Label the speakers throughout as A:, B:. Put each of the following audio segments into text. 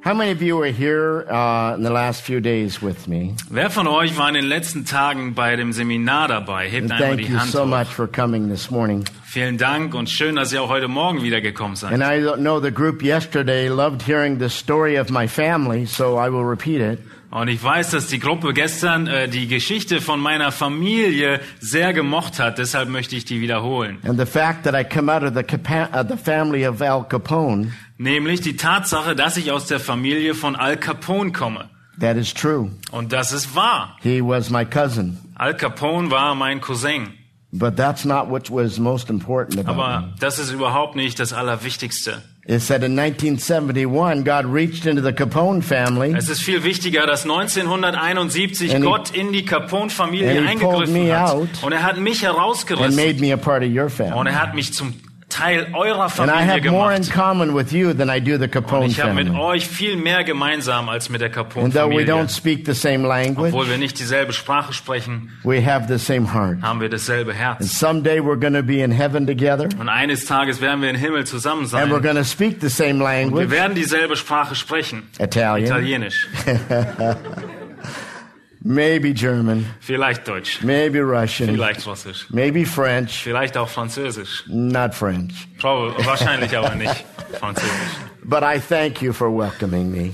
A: How many of you were here uh, in the last few days with me?
B: Wer von euch war in den letzten Tagen bei dem Seminar dabei? Hebt
A: And
B: einmal
A: thank
B: die
A: you
B: Hand
A: so much
B: hoch.
A: for coming this morning.
B: Vielen Dank und schön, dass ihr auch heute Morgen wiedergekommen seid.
A: And I don't know the group yesterday loved hearing the story of my family, so I will repeat it.
B: Und ich weiß, dass die Gruppe gestern äh, die Geschichte von meiner Familie sehr gemocht hat. Deshalb möchte ich die wiederholen.
A: And the fact that I come out of the, capa- uh, the family of Al Capone,
B: Nämlich die Tatsache, dass ich aus der Familie von Al Capone komme.
A: that is true.
B: Und das ist wahr.
A: He was my cousin.
B: Al Capone war mein Cousin.
A: But that's not what was most important about me.
B: Aber das ist überhaupt nicht das Allerwichtigste.
A: It's that in 1971, God reached into the Capone family
B: Es ist viel wichtiger, dass 1971
A: And he-
B: Gott in die Capone-Familie
A: And he pulled me
B: eingegriffen hat.
A: out.
B: Und er hat mich
A: and
B: herausgerissen.
A: made me a part of your
B: Und
A: family.
B: er hat mich zum Teil eurer
A: And I
B: Familie
A: have more in
B: gemacht.
A: common with you than I do the
B: Und
A: Capone
B: ich habe mit
A: family.
B: euch viel mehr gemeinsam als mit der
A: And though we
B: Capone-Familie.
A: don't speak the same language,
B: Obwohl wir nicht dieselbe Sprache sprechen,
A: we have the same heart.
B: haben wir dasselbe Herz.
A: Someday we're going to be in heaven together,
B: Und eines Tages werden wir im Himmel zusammen sein.
A: and we're
B: Und
A: going to speak the same
B: wir
A: language,
B: werden dieselbe Sprache sprechen.
A: Italian,
B: Italienisch,
A: maybe German,
B: vielleicht Deutsch,
A: maybe Russian,
B: vielleicht Russisch,
A: maybe French,
B: vielleicht auch Französisch.
A: not French.
B: Prob- Wahrscheinlich aber nicht Französisch.
A: But I thank you for welcoming me.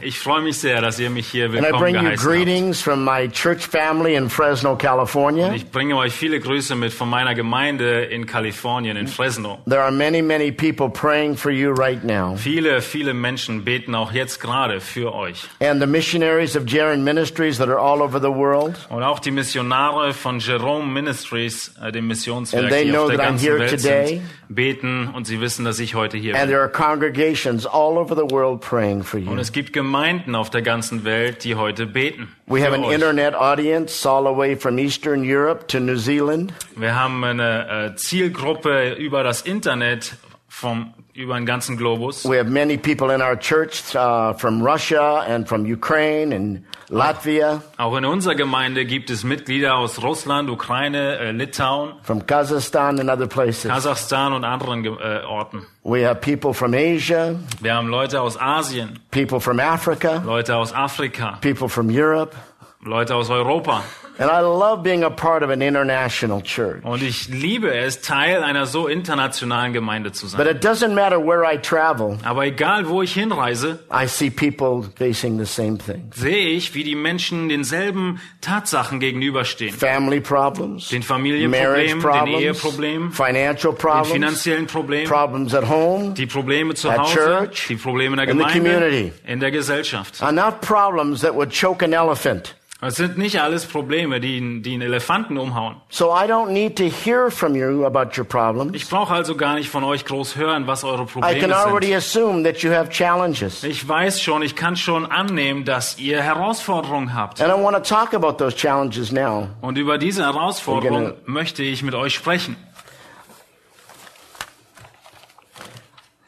B: Ich freue mich sehr, dass ihr mich hier
A: And I
B: willkommen
A: bring you
B: geheißen habt.
A: greetings from my church family in Fresno, California.
B: Ich bringe euch viele Grüße mit von meiner Gemeinde in Kalifornien, in Fresno.
A: There are many, many people praying for you right now.
B: Viele, viele Menschen beten auch jetzt gerade für euch.
A: And the missionaries of Jaron Ministries that are all over the world.
B: Und auch die Missionare von Jerome Ministries, äh, dem Missionswerk
A: And they
B: hier
A: know
B: auf der
A: that I'm
B: ganzen
A: here
B: Welt
A: today.
B: sind, beten und sie wissen, dass ich heute hier
A: And
B: bin.
A: there are congregations all over the world praying for
B: Und
A: you.
B: es gibt Gemeinden auf der ganzen Welt, die heute beten.
A: We have
B: für
A: an
B: euch.
A: internet audience all the way from Eastern Europe to New Zealand.
B: Wir haben eine äh, Zielgruppe über das Internet vom, über den ganzen Globus.
A: We have many people in our church uh, from Russia and from Ukraine and Latvia,
B: Auch in unserer Gemeinde gibt es Mitglieder aus Russland, Ukraine, äh, Litauen,
A: from Kazakhstan and other places.
B: Kasachstan und anderen Ge äh, Orten.
A: We have people from Asia,
B: Wir haben Leute aus Asien,
A: people from Africa,
B: Leute aus Afrika,
A: people from Europe.
B: Leute aus Europa.
A: And I love being a part of an international church.
B: Und ich liebe es, Teil einer so internationalen Gemeinde zu
A: But
B: sein.
A: it doesn't matter where I travel,
B: Aber egal, wo ich hinreise,
A: I see people facing the same things
B: sehe ich, wie die Menschen denselben Tatsachen gegenüberstehen.
A: family problems,
B: Den
A: marriage
B: Familienproblemen, den Eheproblemen,
A: problems, financial
B: den
A: problems,
B: finanziellen Problemen,
A: problems at home.
B: die Probleme zu
A: At
B: Hause,
A: church,
B: die Probleme in der
A: in the
B: Gemeinde,
A: community.
B: in der Gesellschaft.
A: Enough problems that would choke an elephant.
B: Es sind nicht alles Probleme, die, einen- die einen Elefanten umhauen.
A: So I don't need to hear from you about your problems.
B: Ich brauche also gar nicht von euch groß hören, was eure
A: I can
B: Probleme
A: already
B: sind.
A: assume that you have challenges.
B: Ich weiß schon, ich kann schon annehmen, dass ihr Herausforderungen habt.
A: And I want to talk about those challenges now.
B: Und über diese
A: We're
B: Herausforderung
A: gonna-
B: möchte ich mit euch sprechen.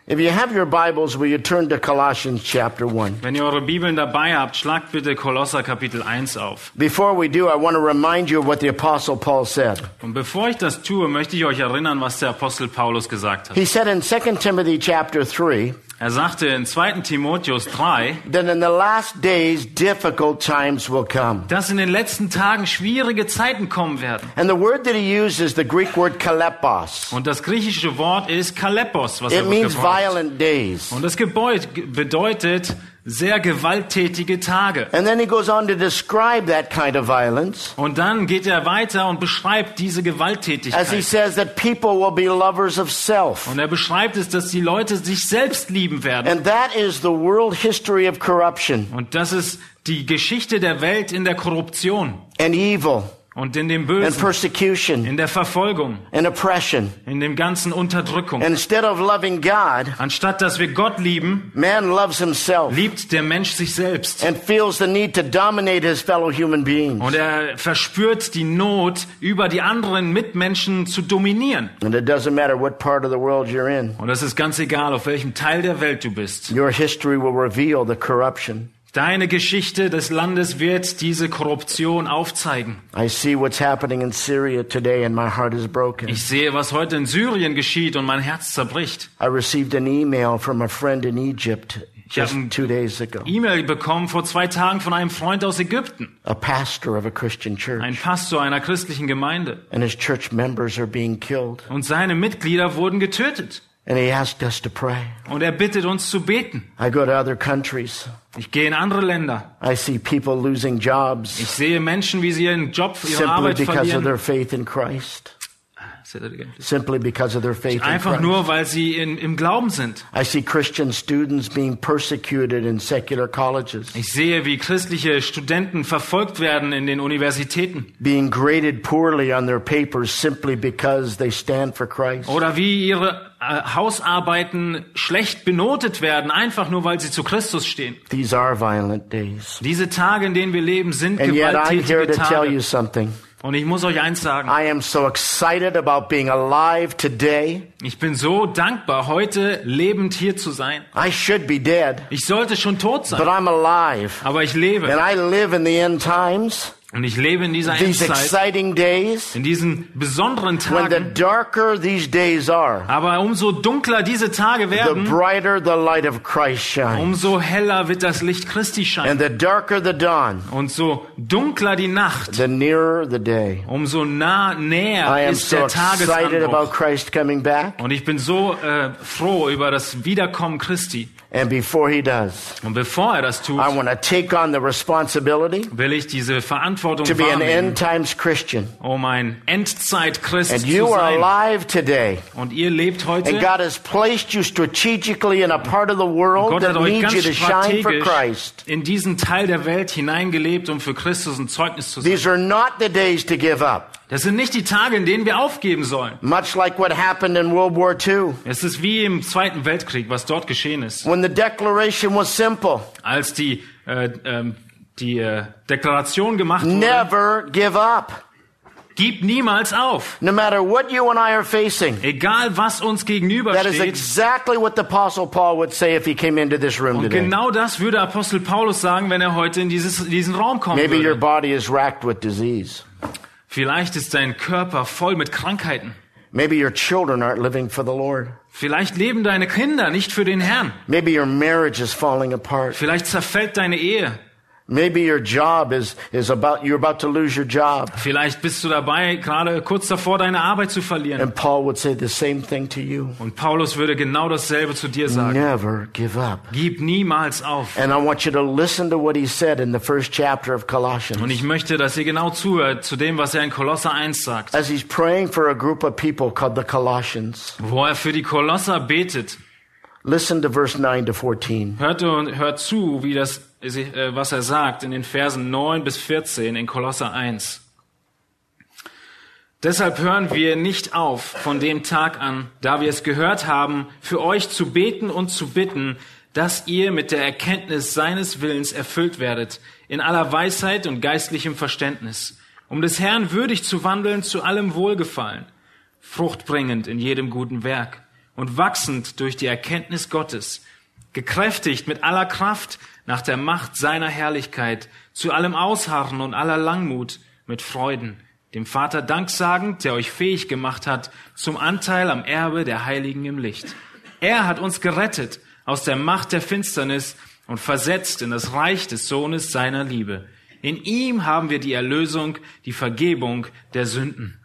A: If you have your Bibles, will you turn to Colossians chapter 1?
B: Wenn ihr eure Bibeln dabei habt, schlagt bitte Kolosser Kapitel 1 auf.
A: Before we do, I want to remind you of what the Apostle Paul said.
B: Und bevor ich das tue, möchte ich euch erinnern, was der Apostel Paulus gesagt hat.
A: He said in 2 Timothy chapter 3
B: Er sagte in 2. Timotheus 3,
A: that in the last days, difficult times will come.
B: dass in den letzten Tagen schwierige Zeiten kommen werden.
A: And the word that he used is the Greek word kalepos.
B: Und das griechische Wort ist Kalepos, was er
A: It means
B: gebraucht hat.
A: violent days.
B: Und das Gebäude bedeutet Sehr gewalttätige Tage.
A: And then he goes on to describe that kind of violence
B: Und dann geht er weiter und beschreibt diese
A: as he
B: Gewalttätigkeit.
A: says that people will be lovers of self.
B: Und er beschreibt es, dass die Leute sich selbst lieben werden.
A: And that is the world history of corruption
B: Und das ist die Geschichte der Welt in der Korruption
A: and evil
B: und in dem
A: and
B: Bösen,
A: persecution
B: in der Verfolgung,
A: and oppression.
B: in dem ganzen Unterdrückung.
A: And instead of loving God,
B: Anstatt dass wir Gott lieben,
A: man loves himself
B: liebt der Mensch sich selbst.
A: and feels the need to dominate his fellow human beings.
B: Und er verspürt die Not, über die anderen Mitmenschen zu dominieren.
A: And it doesn't matter what part of the world you're in,
B: Und das ist ganz egal, auf welchem Teil der Welt du bist.
A: your history will reveal the corruption.
B: Deine Geschichte des Landes wird diese Korruption aufzeigen.
A: I see what's happening in Syria today, and my heart is broken.
B: Ich sehe, was heute in Syrien geschieht und mein Herz zerbricht.
A: I received an email from a friend in Egypt just
B: Yeah.
A: two days ago,
B: E-Mail bekommen vor zwei Tagen von einem Freund aus Ägypten,
A: a pastor of a Christian
B: ein
A: church,
B: Pastor einer christlichen Gemeinde.
A: and his church members are being killed.
B: Und seine Mitglieder wurden getötet.
A: And he asked us to pray.
B: Und er bittet uns zu beten.
A: I go to other countries.
B: Ich gehe in andere Länder.
A: I see people losing jobs
B: Ich sehe Menschen, wie sie ihren Job, ihre
A: simply
B: Arbeit
A: because of
B: verlieren.
A: their faith in Christ,
B: Say that again, please.
A: simply because of their faith in
B: Einfach
A: Christ.
B: nur, weil sie in, im Glauben sind.
A: I see Christian students being persecuted in secular colleges,
B: Ich sehe, wie christliche Studenten verfolgt werden in den Universitäten.
A: being graded poorly on their papers simply because they stand for Christ.
B: Oder wie ihre äh, Hausarbeiten schlecht benotet werden, einfach nur, weil sie zu Christus stehen.
A: These are violent days.
B: Diese Tage, in denen wir leben, sind
A: And yet I'm here
B: gewalttätige
A: to tell you
B: Tage.
A: something.
B: Und ich muss euch eins sagen.
A: I am so excited about being alive today.
B: Ich bin so dankbar, heute lebend hier zu sein.
A: I should be dead,
B: Ich sollte schon tot
A: but
B: sein,
A: I'm alive.
B: aber ich
A: And
B: lebe.
A: I live in the end times,
B: Und ich lebe in dieser
A: these
B: Endzeit,
A: exciting days.
B: in diesen besonderen
A: When the
B: Tagen.
A: darker these days are,
B: Aber umso dunkler diese Tage
A: the
B: werden,
A: brighter the light of Christ shines.
B: Umso heller wird das Licht Christi scheinen.
A: And the darker the dawn,
B: Und so dunkler die Nacht,
A: the nearer the day.
B: umso nah,
A: I
B: näher
A: am
B: ist
A: so
B: der
A: excited about
B: Tagesanbruch.
A: Christ coming back.
B: Und ich bin so äh, froh über das Wiederkommen Christi.
A: And before he does,
B: Und bevor er das tut,
A: I want to take on the responsibility
B: will ich diese Verantwortung
A: to be an
B: wahrnehmen,
A: end times Christian.
B: um ein Endzeit-Christ
A: And
B: zu
A: you are
B: sein.
A: alive today.
B: Und ihr lebt
A: And
B: heute.
A: God has placed you strategically in a part of the world
B: Gott
A: that
B: hat euch
A: needs you
B: ganz
A: to shine for
B: strategisch
A: Christ.
B: in diesen Teil der Welt hineingelebt, um für Christus ein Zeugnis zu sein.
A: These are not the days to give up.
B: Das sind nicht die Tage, in denen wir aufgeben sollen.
A: Much like what happened in World War II,
B: Es ist wie im Zweiten Weltkrieg, was dort geschehen ist.
A: when the declaration was simple
B: als die, äh, ähm, die äh, Deklaration gemacht wurde,
A: never give up.
B: gib niemals auf.
A: No matter what you and I are facing,
B: Egal was uns
A: that is
B: gegenübersteht.
A: exactly what the Apostle Paul would say if he came into this room
B: Und
A: today.
B: genau das würde Apostel Paulus sagen, wenn er heute in dieses, diesen Raum kommen
A: Maybe your
B: würde.
A: body is racked with disease.
B: Vielleicht ist dein Körper voll mit Krankheiten.
A: Maybe your children aren't living for the Lord.
B: Vielleicht leben deine Kinder nicht für den Herrn.
A: Maybe your marriage is falling apart.
B: Vielleicht zerfällt deine Ehe.
A: Maybe your job is, is about, you're about to lose your job.
B: Vielleicht bist du dabei, gerade kurz davor, deine Arbeit zu verlieren.
A: And Paul would say the same thing to you.
B: Und Paulus würde genau dasselbe zu dir sagen.
A: Never give up.
B: Gib niemals auf.
A: And I want you to listen to what he said in the first chapter of
B: Und ich
A: Colossians.
B: möchte, dass ihr genau zuhört zu dem, was er in Kolosser 1 sagt,
A: As he's praying for a group of people called the Colossians,
B: wo er für die Kolosser betet.
A: listen to verse 9 to 14.
B: Hört, und hört zu, wie das, äh, was er sagt in den Versen 9 bis 14 in Kolosser 1. Deshalb hören wir nicht auf von dem Tag an, da wir es gehört haben, für euch zu beten und zu bitten, dass ihr mit der Erkenntnis seines Willens erfüllt werdet, in aller Weisheit und geistlichem Verständnis, um des Herrn würdig zu wandeln zu allem Wohlgefallen, fruchtbringend in jedem guten Werk und wachsend durch die Erkenntnis Gottes, gekräftigt mit aller Kraft nach der Macht seiner Herrlichkeit, zu allem Ausharren und aller Langmut mit Freuden, dem Vater danksagend, der euch fähig gemacht hat zum Anteil am Erbe der Heiligen im Licht. Er hat uns gerettet aus der Macht der Finsternis und versetzt in das Reich des Sohnes seiner Liebe. In ihm haben wir die Erlösung, die Vergebung der Sünden.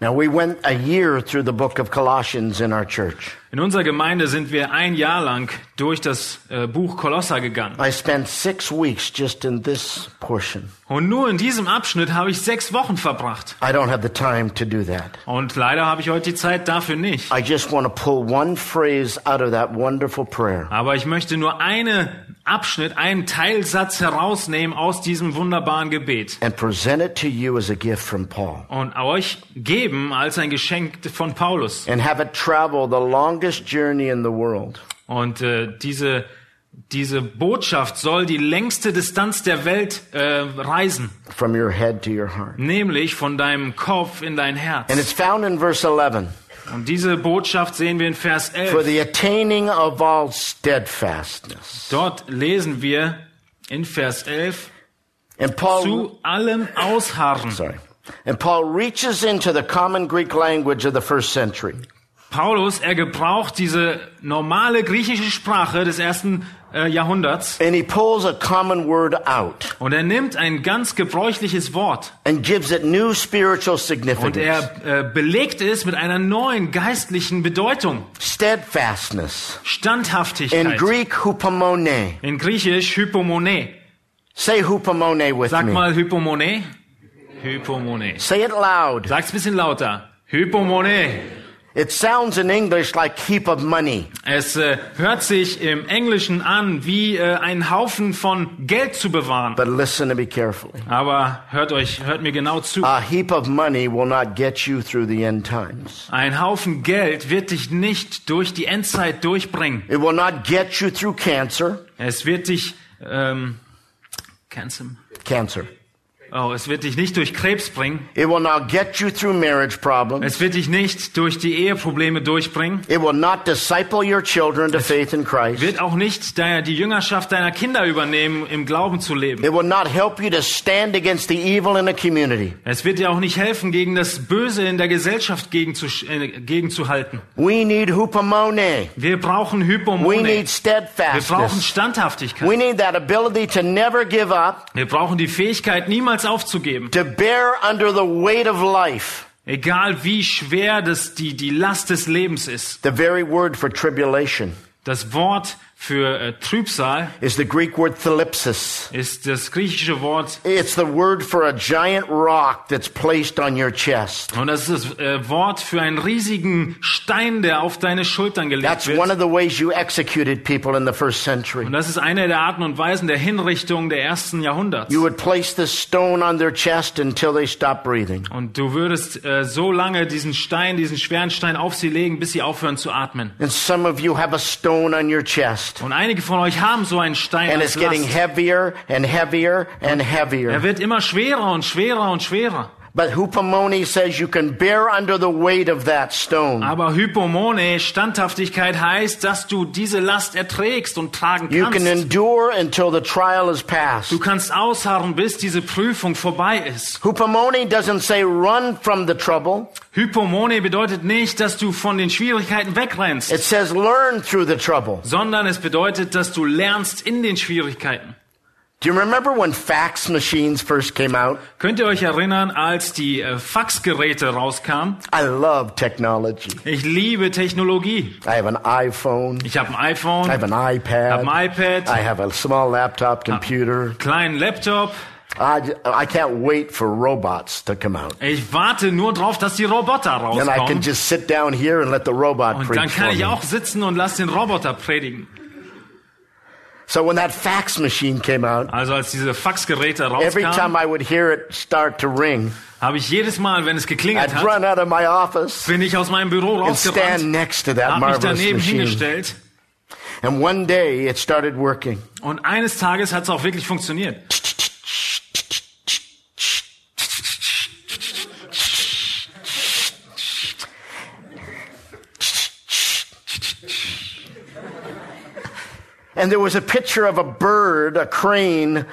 A: Now, we went a year through the book of Colossians in our church.
B: In unserer Gemeinde sind wir ein Jahr lang durch das äh, Buch Kolosser gegangen.
A: I spent six weeks just in this portion.
B: Und nur in diesem Abschnitt habe ich sechs Wochen verbracht.
A: I don't have the time to do that.
B: Und leider habe ich heute die Zeit dafür nicht.
A: I just want to pull one phrase out of that wonderful prayer.
B: Aber ich möchte nur einen Abschnitt, einen Teilsatz herausnehmen aus diesem wunderbaren Gebet
A: and present it to you as a gift from Paul.
B: und euch geben als ein Geschenk von Paulus.
A: And have it travel the longest journey in the world.
B: Und äh, diese, diese Botschaft soll die längste Distanz der Welt äh, reisen,
A: from your head to your heart.
B: nämlich von deinem Kopf in dein
A: And
B: Herz.
A: it's found in verse 11
B: Und diese Botschaft sehen wir in Vers
A: for
B: 11.
A: the attaining of all steadfastness.
B: Dort lesen wir in Vers 11
A: And Paul,
B: zu allem Ausharren.
A: sorry, and Paul reaches into the common Greek language of the first century
B: Paulus, er gebraucht diese normale griechische Sprache des ersten äh, Jahrhunderts
A: and he pulls a common word out
B: und er nimmt ein ganz gebräuchliches Wort
A: and gives it new spiritual
B: und
A: significance.
B: er äh, belegt es mit einer neuen geistlichen Bedeutung.
A: Steadfastness. In
B: Standhaftigkeit.
A: Greek, hupomone.
B: In Griechisch Hypomone.
A: Say hupomone with
B: Sag
A: me.
B: mal Hypomone. Hypomone.
A: Say it loud.
B: Sag's bisschen lauter. Hypomone.
A: It sounds in English like heap of money.
B: Es äh, hört sich im Englischen an, wie äh, einen Haufen von Geld zu bewahren.
A: But listen to me carefully.
B: Aber hört euch, hört mir genau zu.
A: A heap of money will not get you through the end times.
B: Ein Haufen Geld wird dich nicht durch die Endzeit durchbringen.
A: It will not get you through cancer.
B: Es wird dich, ähm, cancel.
A: Cancer.
B: Oh, es wird dich nicht durch Krebs bringen.
A: It will not get you through marriage problems.
B: Es wird dich nicht durch die Eheprobleme durchbringen.
A: It will not disciple your children to faith in Christ.
B: Wird auch nicht deine, die Jüngerschaft deiner Kinder übernehmen, im Glauben zu leben.
A: It will not help you to stand against the evil in the community.
B: Es wird dir auch nicht helfen, gegen das Böse in der Gesellschaft gegenzusch- äh, gegenzuhalten.
A: We need hupomone.
B: Wir brauchen
A: We
B: Hypomone.
A: need
B: Wir brauchen
A: steadfastness. We
B: Standhaftigkeit.
A: need that ability to never give up,
B: Wir brauchen die Fähigkeit, niemals aufzugeben.
A: to bear under the weight of life.
B: Egal wie schwer das die, die Last des Lebens ist.
A: The very word for tribulation
B: Das Wort für äh, Trübsal
A: is the Greek word thlipsis.
B: ist das griechische Wort
A: It's the word for a giant rock that's placed on your chest.
B: und das ist das äh, Wort für einen riesigen Stein, der auf deine Schultern gelegt
A: That's one
B: wird.
A: of the ways you executed people in the first century.
B: Und das ist eine der Arten und Weisen der Hinrichtung der ersten Jahrhunderts.
A: You would place this stone on their chest until they stopped breathing.
B: Und du würdest äh, so lange diesen Stein, diesen schweren Stein auf sie legen, bis sie aufhören zu atmen.
A: And some of you have a stone on your chest.
B: Und einige von euch haben so einen Stein
A: And
B: als
A: it's getting
B: Last.
A: heavier and heavier and
B: Er
A: heavier.
B: wird immer schwerer und schwerer und schwerer.
A: But Hupamoni says you can bear under the weight of that stone.
B: Aber Hypomone, Standhaftigkeit heißt, dass du diese Last erträgst und tragen
A: You can
B: kannst.
A: endure until the trial is passed.
B: Du kannst ausharren, bis diese Prüfung vorbei ist.
A: Hupamoni doesn't say run from the trouble.
B: Hypomone bedeutet nicht, dass du von den Schwierigkeiten wegrennst,
A: It says learn through the trouble.
B: sondern es bedeutet, dass du lernst in den Schwierigkeiten.
A: Do you remember when fax machines first came out?
B: Könnt ihr euch erinnern, als die äh, Faxgeräte rauskamen?
A: I love technology.
B: Ich liebe Technologie.
A: I have an iPhone.
B: Ich habe ein
A: I have
B: iPhone,
A: an iPad.
B: Have an iPad. Uh.
A: I have a small laptop computer.
B: kleinen Laptop.
A: I, I can't wait for robots to come out.
B: Ich warte nur drauf, dass die Roboter
A: Then I can
B: rauskommen.
A: just sit down here and let the robot
B: Und dann
A: preach for
B: kann ich
A: me.
B: auch sitzen und lass den Roboter predigen.
A: So when that fax machine came out,
B: Also als diese Faxgeräte
A: every time
B: rauskamen,
A: I would hear it start to ring,
B: habe ich jedes Mal, wenn es
A: I'd
B: geklingelt hat,
A: run out of my office
B: bin ich aus meinem Büro
A: and
B: rausgerannt,
A: stand next to that
B: habe mich
A: marvelous
B: daneben
A: machine.
B: hingestellt
A: And one day it started working.
B: und eines Tages hat es auch wirklich funktioniert.
A: And there was a picture of a bird, a crane,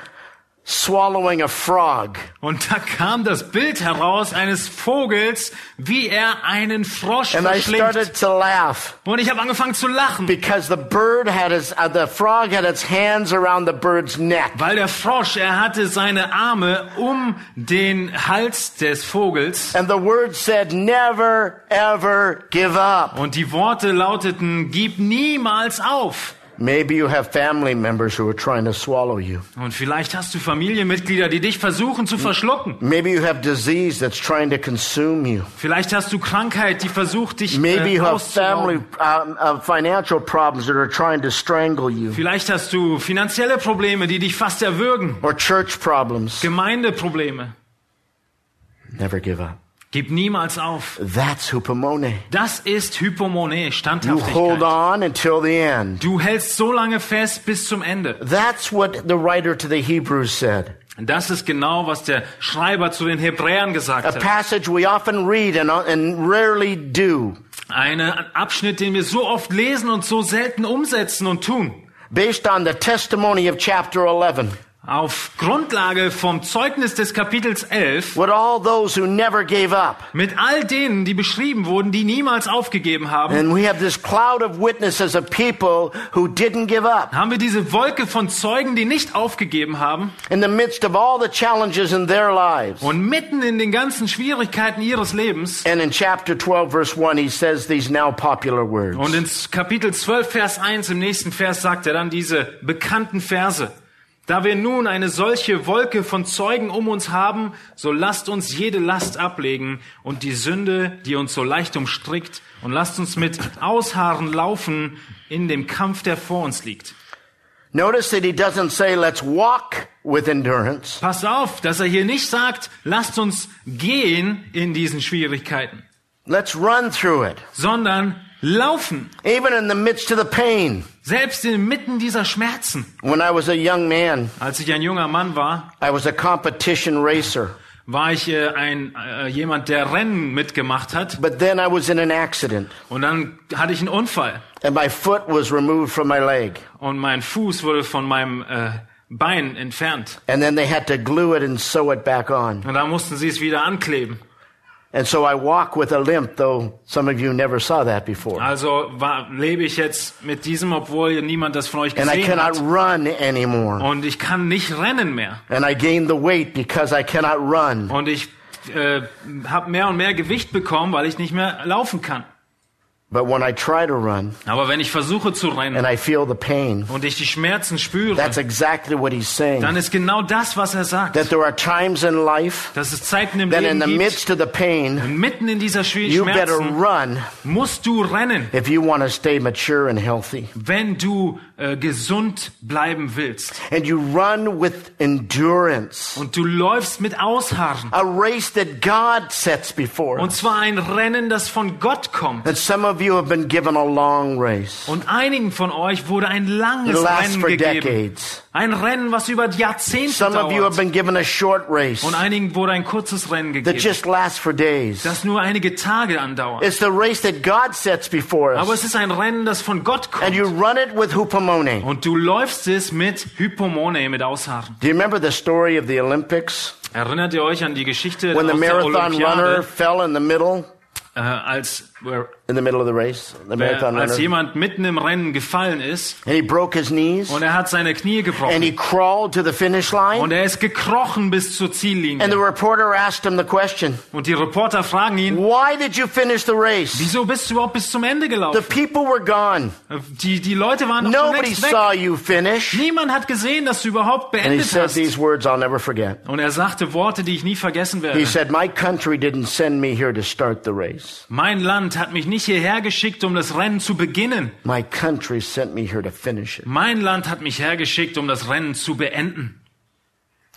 A: swallowing a frog.
B: Und da kam das Bild heraus eines Vogels, wie er einen Frosch
A: And I
B: verschlingt.
A: started to laugh
B: Und ich habe angefangen zu lachen,
A: because the bird had his, uh, the frog had its hands around the bird's neck.
B: weil der Frosch, er hatte seine Arme um den Hals des Vogels.
A: And the word said, never, ever give up.
B: Und die Worte lauteten, gib niemals auf.
A: Maybe you have family members who are trying to swallow you.
B: Und vielleicht hast du Familienmitglieder, die dich versuchen zu verschlucken.
A: Maybe you have disease that's trying to consume you.
B: Vielleicht hast du Krankheit, die versucht, dich
A: Maybe
B: äh,
A: you have
B: auszurauben.
A: family, um, uh, financial problems that are trying to strangle you.
B: Vielleicht hast du finanzielle Probleme, die dich fast erwürgen.
A: Or church problems.
B: Gemeindeprobleme.
A: Never give up.
B: Gib niemals auf.
A: That's hupomone.
B: Das ist Hypomone,
A: You hold
B: Standhaftigkeit.
A: on until the end.
B: Du hältst so lange fest bis zum Ende.
A: That's what the writer to the Hebrews said.
B: Das ist genau, was der Schreiber zu den Hebräern gesagt
A: A
B: hat.
A: passage we often read and, uh, and rarely do.
B: Ein Abschnitt, den wir so oft lesen und so selten umsetzen und tun.
A: Based on the testimony of chapter 11,
B: Auf Grundlage vom Zeugnis des Kapitels 11
A: with all those who never gave up.
B: mit all denen, die beschrieben wurden, die niemals aufgegeben haben,
A: And we have this cloud of witnesses of people who didn't give up.
B: haben wir diese Wolke von Zeugen, die nicht aufgegeben haben
A: In the midst of all the challenges in their lives.
B: und mitten in den ganzen Schwierigkeiten ihres Lebens.
A: And in chapter 12, verse 1, he says these now popular words.
B: Und in Kapitel 12, Vers 1, im nächsten Vers sagt er dann diese bekannten Verse. Da wir nun eine solche Wolke von Zeugen um uns haben, so lasst uns jede Last ablegen und die Sünde, die uns so leicht umstrickt, und lasst uns mit Ausharren laufen in dem Kampf, der vor uns liegt.
A: Notice that he doesn't say, let's walk with endurance.
B: Passt auf, dass er hier nicht sagt, lasst uns gehen in diesen Schwierigkeiten,
A: Let's run through it.
B: sondern laufen,
A: Even in the midst of the pain.
B: selbst inmitten dieser Schmerzen.
A: When I was a young man,
B: Als ich ein junger Mann war,
A: I was a competition racer.
B: war ich äh, ein äh, jemand, der Rennen mitgemacht hat
A: But then I was in an accident
B: und dann hatte ich einen Unfall
A: and my foot was removed from my leg.
B: und mein Fuß wurde von meinem äh, Bein entfernt
A: And then they had to glue it and sew it back on.
B: und dann mussten sie es wieder ankleben.
A: And so I walk with a limp, though some of you never saw that before.
B: Also war, lebe ich jetzt mit diesem, obwohl niemand das von euch
A: And I
B: gesehen
A: cannot
B: hat.
A: run anymore.
B: Und ich kann nicht rennen mehr.
A: And I gained the weight because I cannot run.
B: Und ich äh, habe mehr und mehr Gewicht bekommen, weil ich nicht mehr laufen kann.
A: But when I try to run
B: Aber wenn ich versuche zu rennen
A: and I feel the pain,
B: und ich die Schmerzen spüre,
A: that's exactly what he's saying.
B: dann ist genau das, was er sagt.
A: That there are times in life
B: Dass es Zeiten im
A: that in the
B: Leben gibt,
A: midst of the pain,
B: mitten in dieser Schwie-
A: you better
B: Schmerzen
A: run
B: musst du rennen,
A: if you want to stay mature and healthy.
B: wenn du äh, gesund bleiben willst.
A: And you run with endurance.
B: Und du läufst mit Ausharren.
A: A race that God sets before
B: Und
A: us.
B: zwar ein Rennen, das von Gott kommt.
A: And some of you have been given a long race.
B: Und einigen von euch wurde ein
A: It
B: langes
A: lasts
B: Rennen
A: for
B: gegeben.
A: decades.
B: Ein Rennen, was über Jahrzehnte
A: Some of you have
B: dauert.
A: been given a short race
B: Und einigen wurde ein kurzes Rennen
A: that
B: gegeben,
A: just lasts for days.
B: das nur einige Tage andauert.
A: It's the race that God sets before
B: Aber
A: us.
B: es ist ein Rennen, das von Gott
A: And you
B: kommt.
A: run it with hupomone.
B: Und du läufst es mit Hypomone, mit Ausharren.
A: Do you remember the story of the Olympics
B: Erinnert ihr euch an die Geschichte
A: when the
B: aus der
A: marathon runner
B: Olympiade,
A: fell in the middle
B: äh, als, äh,
A: in the middle of the race? The marathon
B: als
A: runner
B: jemand mitten im Rennen gefallen ist
A: and he broke his knees
B: und er hat seine Knie
A: and he
B: gebrochen
A: crawled to the finish
B: und
A: line.
B: er ist gekrochen bis zur
A: And the
B: Ziellinie.
A: reporter asked him the question,
B: Und die Reporter fragen ihn,
A: "Why did you finish the race?
B: wieso bist du überhaupt bis zum Ende
A: The
B: gelaufen?
A: people were gone.
B: Die, die Leute waren doch schon
A: Nobody
B: längst weg.
A: saw you finish."
B: Niemand hat gesehen, dass du überhaupt
A: And he
B: beendet
A: said
B: hast.
A: these words I'll never forget.
B: Und er sagte Worte, die ich nie vergessen
A: He
B: werde.
A: said, "My country didn't send me here to start the race.
B: Mein Land hat mich nicht hierher geschickt, um das Rennen zu beginnen.
A: My country sent me here to finish it.
B: Mein Land hat mich hergeschickt, um das Rennen zu beenden.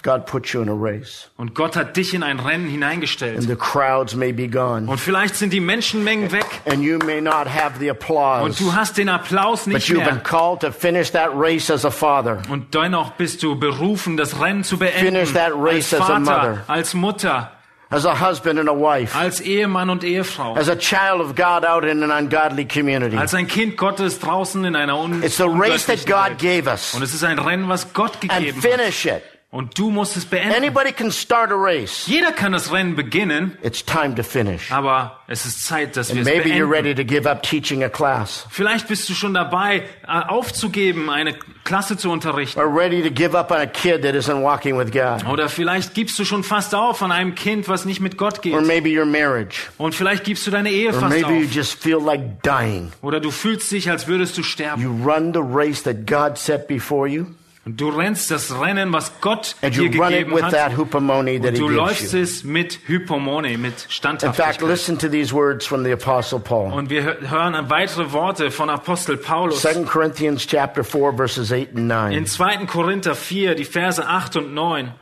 A: God put you in a race,
B: Und Gott hat dich in ein Rennen
A: and
B: hineingestellt.
A: the crowds may be gone,
B: Und vielleicht sind die Menschenmengen weg
A: and you may not have the applause."
B: und du hast den Applaus
A: But
B: nicht
A: you've been
B: mehr.
A: called to finish that race as a father.
B: Und dennoch bist du berufen, das Rennen zu
A: Finish
B: beenden.
A: that
B: Als
A: race as a mother.
B: Vater, als Mutter,
A: as a husband and a wife,
B: als Ehemann und Ehefrau,
A: as a child of God out in an ungodly community.
B: als ein Kind Gottes draußen in einer un
A: It's the race that
B: ungöttlichen
A: God
B: Welt.
A: gave us.
B: Und es ist ein Rennen, was Gott
A: And
B: gegeben hat.
A: finish it.
B: Und du musst es beenden.
A: Anybody can start a race.
B: Jeder kann das Rennen beginnen,
A: It's time to finish.
B: aber es ist Zeit, dass wir es
A: Maybe you're
B: beenden.
A: ready to give up teaching a class
B: Vielleicht bist du schon dabei, äh, aufzugeben, eine Klasse zu unterrichten.
A: or ready to give up on a kid that isn't walking with God
B: Oder vielleicht gibst du schon fast auf an einem Kind, was nicht mit Gott
A: or
B: geht.
A: maybe your marriage
B: Und vielleicht gibst du deine Ehe
A: or
B: fast
A: maybe you
B: auf.
A: just feel like dying.
B: Oder du fühlst dich, als würdest du sterben.
A: You run the race that God set before you
B: Und du rennst das Rennen, was Gott
A: and
B: dir
A: you run it
B: gegeben
A: with that
B: hat.
A: hupomone that
B: Und du
A: he gives
B: läufst
A: you.
B: es mit Hypomone,
A: In
B: mit
A: fact,
B: Standhaftigkeit.
A: listen to these words from the apostle Paul.
B: Und wir hö- hören weitere Worte von Apostel Paulus
A: 2 Corinthians chapter 4 verses 8 and 9.
B: in 2. Korinther 4, die Verse 8 und 9.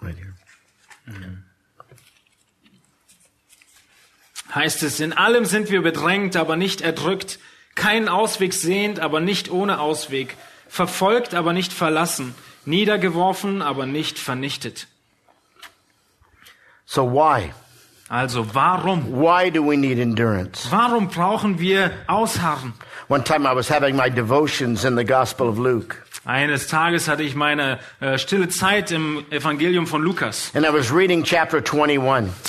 A: right here.
B: heißt es, in allem sind wir bedrängt, aber nicht erdrückt, keinen Ausweg sehend, aber nicht ohne Ausweg, verfolgt, aber nicht verlassen, niedergeworfen, aber nicht vernichtet.
A: So why?
B: Also warum?
A: Why do we need endurance?
B: Warum brauchen wir Ausharren?
A: One time I was having my devotions in the Gospel of Luke
B: Eines Tages hatte ich meine äh, stille Zeit im Evangelium von Lukas
A: and I was reading chapter 21.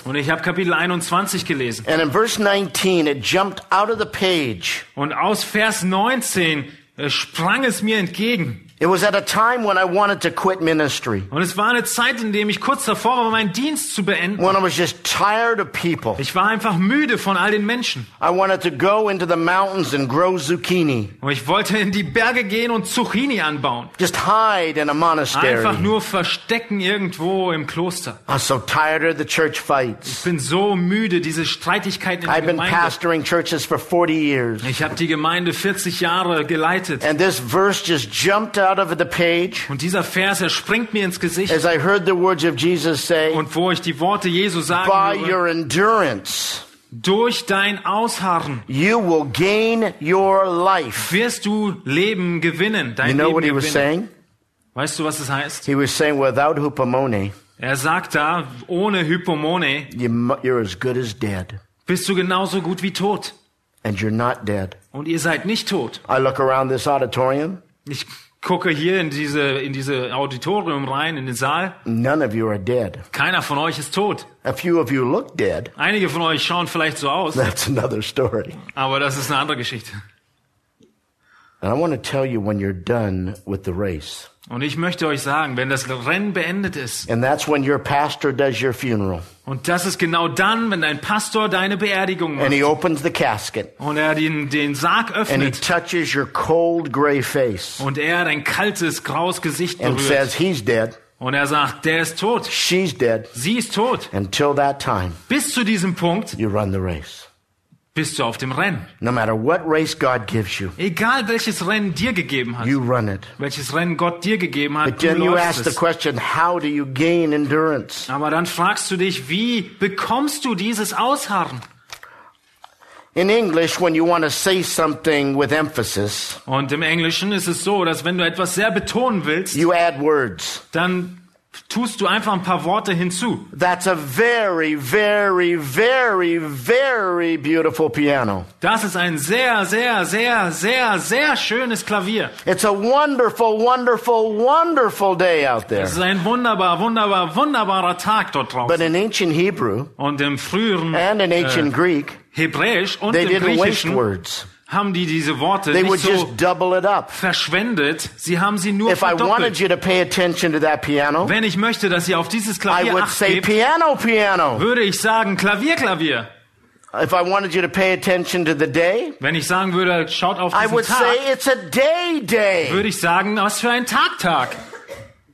B: und ich habe Kapitel 21 gelesen.
A: And in verse 19 it jumped out of the page.
B: Und aus Vers 19 äh, sprang es mir entgegen.
A: It was at a time when I wanted to quit ministry.
B: Und es war eine Zeit, in der ich kurz davor war, meinen Dienst zu beenden.
A: When I was just tired of people.
B: Ich war einfach müde von all den Menschen.
A: I wanted to go into the mountains and grow zucchini.
B: Und ich wollte in die Berge gehen und Zucchini anbauen.
A: Just hide in a monastery.
B: Einfach nur verstecken irgendwo im Kloster.
A: I'm so tired of the church
B: Ich
A: fights.
B: bin so müde, diese Streitigkeiten in der
A: I've been
B: Gemeinde.
A: pastoring churches for 40 years.
B: Ich habe die Gemeinde 40 Jahre geleitet.
A: And this verse just jumped out of the page
B: Und dieser Vers, er springt mir ins Gesicht.
A: as I heard the words of Jesus say,
B: Und wo ich die Worte Jesu
A: By
B: sagen höre,
A: your endurance,
B: durch dein Ausharren
A: you will gain your life.
B: wirst du Leben gewinnen. Dein
A: You know
B: Leben
A: what he was
B: gewinnen.
A: saying?
B: Weißt du, was es heißt?
A: He was saying, Without hupomone,
B: Er sagt da, ohne Hypomone
A: you mu- you're as good as dead.
B: bist du genauso gut wie tot.
A: And you're not dead.
B: Und ihr seid nicht tot.
A: I look around this auditorium,
B: Ich gucke hier in diese, in diese Auditorium rein, in den Saal.
A: none of you are dead.
B: Keiner von euch ist tot.
A: A few of you look dead.
B: Einige von euch schauen vielleicht so aus,
A: That's another story.
B: aber das ist eine andere Geschichte.
A: And I want to tell you when you're done with the race.
B: Und ich möchte euch sagen, wenn das Rennen beendet ist,
A: And that's when your pastor does your funeral.
B: und das ist genau dann, wenn dein Pastor deine Beerdigung
A: And he
B: macht
A: opens the casket.
B: und er den, den Sarg
A: And he
B: öffnet
A: touches your cold gray face
B: und er dein kaltes, graues Gesicht
A: and says,
B: berührt
A: He's dead.
B: und er sagt, der ist tot,
A: She's dead.
B: sie ist tot.
A: Until that time,
B: Bis zu diesem Punkt
A: you run the race.
B: bist du auf dem Rennen.
A: No matter what race God gives you,
B: Egal welches Rennen dir gegeben hat,
A: you run it.
B: welches Rennen Gott dir gegeben
A: But
B: hat, du
A: then you ask
B: läufst
A: the
B: es.
A: question, How do you gain endurance?
B: Aber dann fragst du dich, wie bekommst du dieses Ausharren?
A: In English, when you want to say something with emphasis,
B: Und im Englischen ist es so, dass wenn du etwas sehr betonen willst,
A: you add words.
B: dann tust du einfach ein paar Worte hinzu.
A: That's a very, very, very, very beautiful piano.
B: Das ist ein sehr, sehr, sehr, sehr, sehr schönes Klavier.
A: It's a wonderful, wonderful, wonderful day out there.
B: Es ist ein wunderbar, wunderbar, wunderbarer Tag dort
A: But
B: draußen.
A: in ancient Hebrew
B: Und im früheren
A: and in ancient Greek,
B: Hebräisch und
A: they
B: im
A: didn't waste
B: Griechischen
A: words.
B: haben die diese Worte
A: They
B: nicht
A: would
B: so
A: just double it up.
B: verschwendet. Sie haben sie nur
A: If I wanted
B: verdoppelt.
A: you to pay attention to that piano,
B: Wenn ich möchte, dass ihr auf dieses
A: I
B: Klavier
A: would
B: acht
A: say
B: gebt,
A: piano, piano.
B: würde ich sagen Klavier, Klavier.
A: If I wanted you to pay attention to the day,
B: Wenn ich sagen würde, schaut auf
A: I
B: diesen
A: would say
B: Tag,
A: it's a day, day.
B: würde ich sagen, was für ein Tagtag.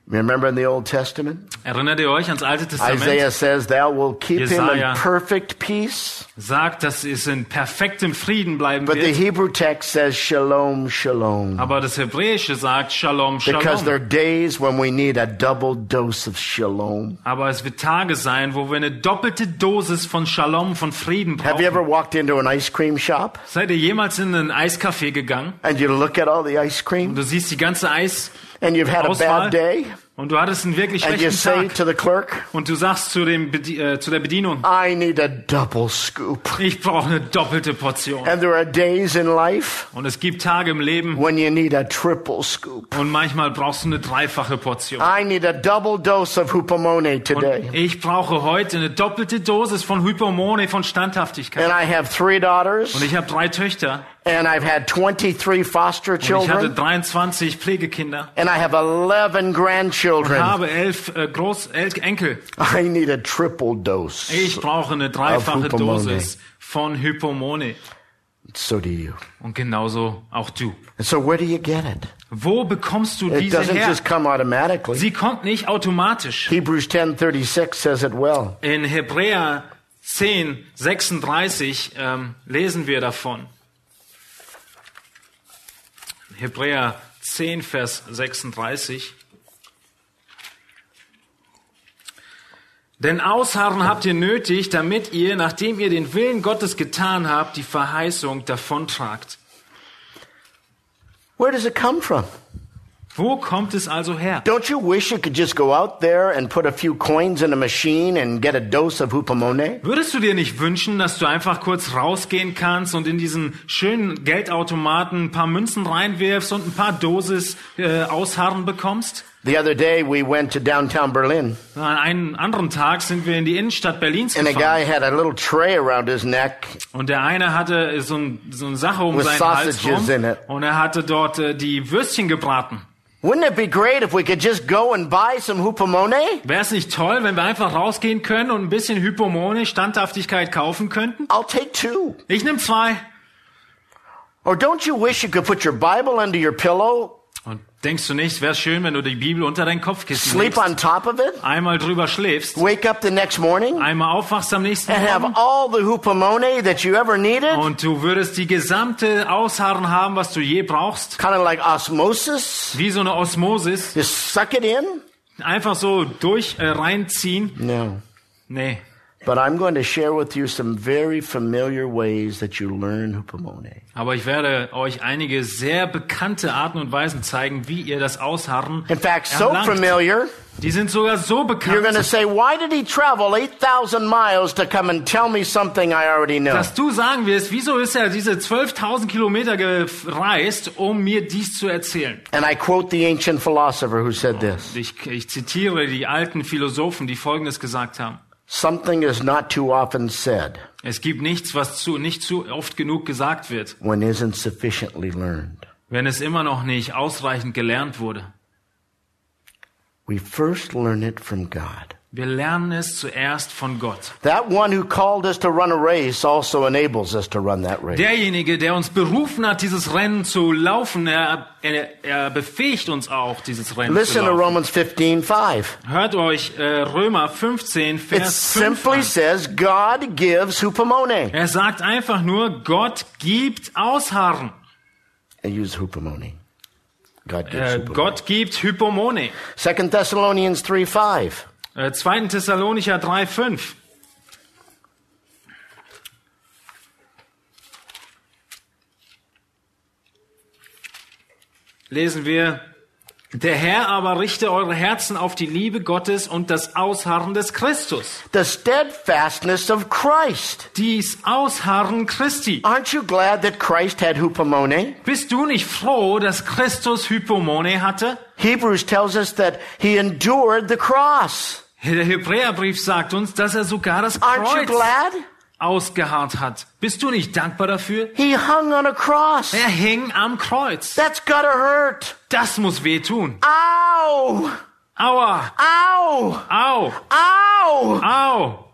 A: Remember in the Old Testament?
B: Erinnert ihr euch ans Alte Testament?
A: Isaiah says, Thou will keep him in
B: Jesaja.
A: perfect peace.
B: Sagt, dass es in perfektem Frieden bleiben
A: But the
B: wird.
A: Hebrew text says, Shalom, shalom.
B: Aber das Hebräische sagt Oh, Shalom,
A: Because there are
B: Shalom.
A: days when we need a double dose of shalom.
B: Aber es wird Tage sein, wo wir eine doppelte Dosis von Shalom, von Frieden
A: Have you
B: brauchen.
A: ever walked into an ice cream shop
B: Seid ihr jemals in einen Eiscafé gegangen?
A: and you look at all the ice cream
B: Du siehst die ganze Eis,
A: and you've had a
B: Auswahl
A: bad day,
B: und du hattest einen wirklich
A: and you
B: schlechten
A: say
B: Tag
A: to the clerk,
B: und du sagst zu, dem, Bedi- äh, zu der Bedienung,
A: I need a double scoop.
B: ich brauche eine doppelte Portion.
A: And there are days in life
B: Und es gibt Tage im Leben
A: when you need a triple scoop.
B: und manchmal brauchst du eine dreifache Portion.
A: I need a double dose of hupomone
B: Und
A: today.
B: ich brauche heute eine doppelte Dosis von Hypomone, von Standhaftigkeit.
A: And I have three daughters,
B: Und ich habe drei Töchter
A: and I've had 23 foster
B: und ich hatte
A: children,
B: 23 Pflegekinder.
A: and I have 11
B: Ich
A: grandchildren.
B: habe elf äh, Groß elf Enkel.
A: I need a triple dose.
B: Ich brauche eine dreifache
A: Hypomone.
B: Dosis von Hypomone.
A: So do you.
B: Und genauso auch du.
A: And so where do you get it?
B: Wo bekommst du
A: It
B: diese
A: doesn't
B: her?
A: just come automatically.
B: Sie kommt nicht automatisch.
A: Hebrews 10:36 says it well.
B: In Hebräer 10, 36 ähm, lesen wir davon. Hebräer 10, Vers 36. Denn Ausharren habt ihr nötig, damit ihr, nachdem ihr den Willen Gottes getan habt, die Verheißung davontragt.
A: Where does it come from?
B: Wo kommt es also her?
A: Don't you wish you could just go out there and put a few coins in a machine and get a dose of hupomone?
B: Würdest du dir nicht wünschen, dass du einfach kurz rausgehen kannst und in diesen schönen Geldautomaten ein paar Münzen reinwirfst und ein paar Dosis äh, Ausharren bekommst?
A: The other day we went to downtown Berlin
B: An einem anderen Tag sind wir in die Innenstadt Berlins
A: and a guy
B: gefahren
A: had a little tray around his neck
B: und der eine hatte so, ein, so eine Sache um
A: With
B: seinen Hals
A: sausages in
B: rum
A: it.
B: und er hatte dort äh, die Würstchen gebraten.
A: Wouldn't it be great if we could just go and buy some hupomone?
B: Wäre es nicht toll, wenn wir einfach rausgehen können und ein bisschen Hypomone, Standhaftigkeit kaufen könnten?
A: I'll take two.
B: Ich nehme zwei.
A: Or don't you wish you could put your Bible under your pillow,
B: Und denkst du nicht, wäre schön, wenn du die Bibel unter dein Kopfkissen
A: sleep
B: legst,
A: on top of it,
B: einmal drüber schläfst
A: wake up the next morning, and
B: einmal aufwachst am Oh. nächsten
A: have
B: Morgen
A: all the hupomone that you ever needed?
B: und du würdest die gesamte Ausharren haben, was du je brauchst,
A: Kind of like osmosis?
B: wie so eine Osmosis,
A: Just suck it in?
B: einfach so durch äh, reinziehen.
A: No.
B: Nee,
A: But I'm going to share with you some very familiar ways that you learn hupomone.
B: aber ich werde euch einige sehr bekannte Arten und Weisen zeigen, wie ihr das Ausharren
A: In fact, so
B: erlangt.
A: familiar,
B: Die sind sogar so
A: you're going to
B: bekannt,
A: say, why did he travel 8,000 miles to come and tell me something I already know?
B: dass du sagen wirst, wieso ist er diese 12.000 Kilometer gereist, um mir dies zu erzählen.
A: And I quote the ancient philosopher who said this
B: Ich, ich zitiere die alten Philosophen, die Folgendes gesagt haben.
A: Something is not too often said
B: Es gibt nichts, was zu, nicht zu oft genug gesagt wird,
A: when isn't sufficiently learned.
B: wenn es immer noch nicht ausreichend gelernt wurde.
A: We first learn it from God.
B: Wir lernen es zuerst von Gott.
A: That one who called us to run a race also enables us to run that race.
B: Derjenige, der uns berufen hat, dieses Rennen zu laufen, er, er, er befähigt uns auch, dieses Rennen
A: Listen
B: zu
A: to
B: laufen.
A: Romans 15 5.
B: Hört euch äh, Römer 15,
A: It
B: Vers 5
A: simply
B: an.
A: says God gives hupomone.
B: Er sagt einfach nur, Gott gibt Ausharren.
A: I use hupomone. God gives
B: Äh,
A: hupomone.
B: Gott gibt Hypomone.
A: Second Thessalonians 3 5.
B: Äh, 2. Thessalonicher 3, 5. Lesen wir, der Herr aber richte eure Herzen auf die Liebe Gottes und das Ausharren des Christus.
A: The steadfastness of Christ.
B: Dies Ausharren Christi.
A: Aren't you glad that Christ had hupomone?
B: Bist du nicht froh, dass Christus Hypomone hatte?
A: Hebrews tells us that he endured the cross.
B: Der Hebräerbrief sagt uns, dass er sogar das
A: Aren't you
B: Kreuz
A: glad?
B: ausgeharrt hat. Bist du nicht dankbar dafür?
A: He hung on a cross.
B: Er hing am Kreuz.
A: That's gotta hurt.
B: Das muss wehtun.
A: Ow!
B: Aua,
A: Ow!
B: au,
A: Ow!
B: au,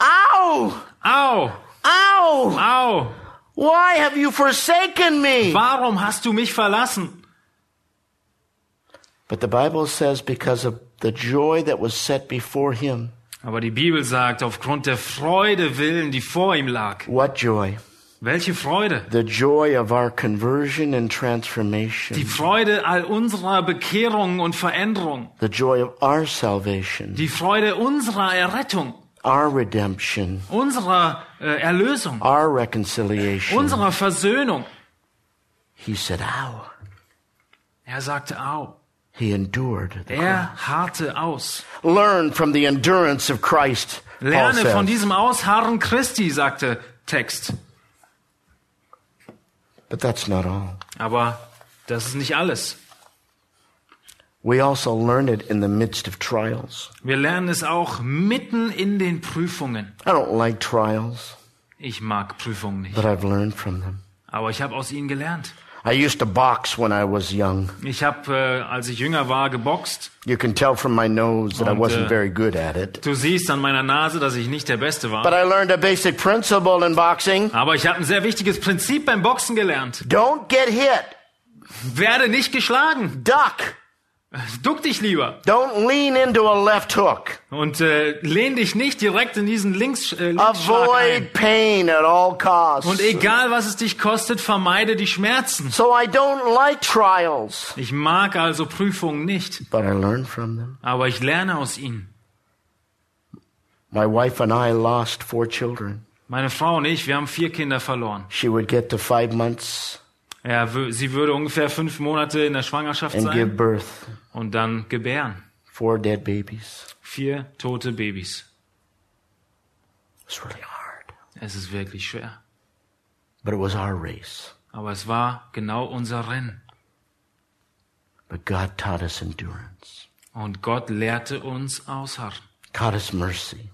A: Ow!
B: au,
A: Ow!
B: au.
A: Why have you forsaken me?
B: Warum hast du mich verlassen?
A: But the Bible says because of the joy that was set before him.
B: Aber die Bibel sagt, aufgrund der Freude willen, die vor ihm lag.
A: What joy?
B: Welche Freude?
A: The joy of our conversion and
B: Die
A: transformation.
B: Freude all unserer Bekehrung und Veränderung.
A: The joy of our salvation,
B: Die Freude unserer Errettung,
A: our redemption,
B: unserer äh, Erlösung,
A: our reconciliation.
B: unserer Versöhnung.
A: He said, Ow.
B: Er sagte, au.
A: He endured. the cross.
B: Er harte aus.
A: Learn from the endurance of Christ. Paul
B: Lerne
A: says.
B: von diesem Ausharren Christi, sagte Text.
A: But that's not all.
B: Aber das ist nicht alles.
A: We also learn it in the midst of trials.
B: Wir lernen es auch mitten in den Prüfungen.
A: I don't like trials,
B: Ich mag Prüfungen nicht,
A: but I've learned from them.
B: aber ich habe aus ihnen gelernt.
A: I used to box when I was young.
B: Ich habe, äh, als ich jünger war, geboxt.
A: You can tell from my nose that I
B: Und,
A: wasn't
B: äh,
A: very good at it.
B: Du siehst an meiner Nase, dass ich nicht der Beste war.
A: But I learned a basic principle in boxing.
B: Aber ich habe ein sehr wichtiges Prinzip beim Boxen gelernt.
A: Don't get hit.
B: Werde nicht geschlagen.
A: Duck.
B: Duck dich lieber.
A: Don't lean into a left hook.
B: Und äh, lehn dich nicht direkt in diesen Links, äh, Linksschlag ein.
A: Avoid pain at all costs.
B: Und egal, was es dich kostet, vermeide die Schmerzen.
A: So I don't like trials,
B: Ich mag also Prüfungen nicht,
A: but I learn from them.
B: aber ich lerne aus ihnen.
A: My wife and I lost four children.
B: Meine Frau und ich, wir haben vier Kinder verloren.
A: She would get to five months
B: Ja, wö- sie würde ungefähr fünf Monate in der Schwangerschaft
A: and give
B: sein
A: birth.
B: und dann gebären.
A: Four dead babies.
B: Vier tote Babys.
A: It's really hard.
B: Es ist wirklich schwer.
A: But it was our race.
B: Aber es war genau unser Rennen.
A: But God taught us endurance,
B: Und Gott lehrte uns ausharren.
A: taught us mercy.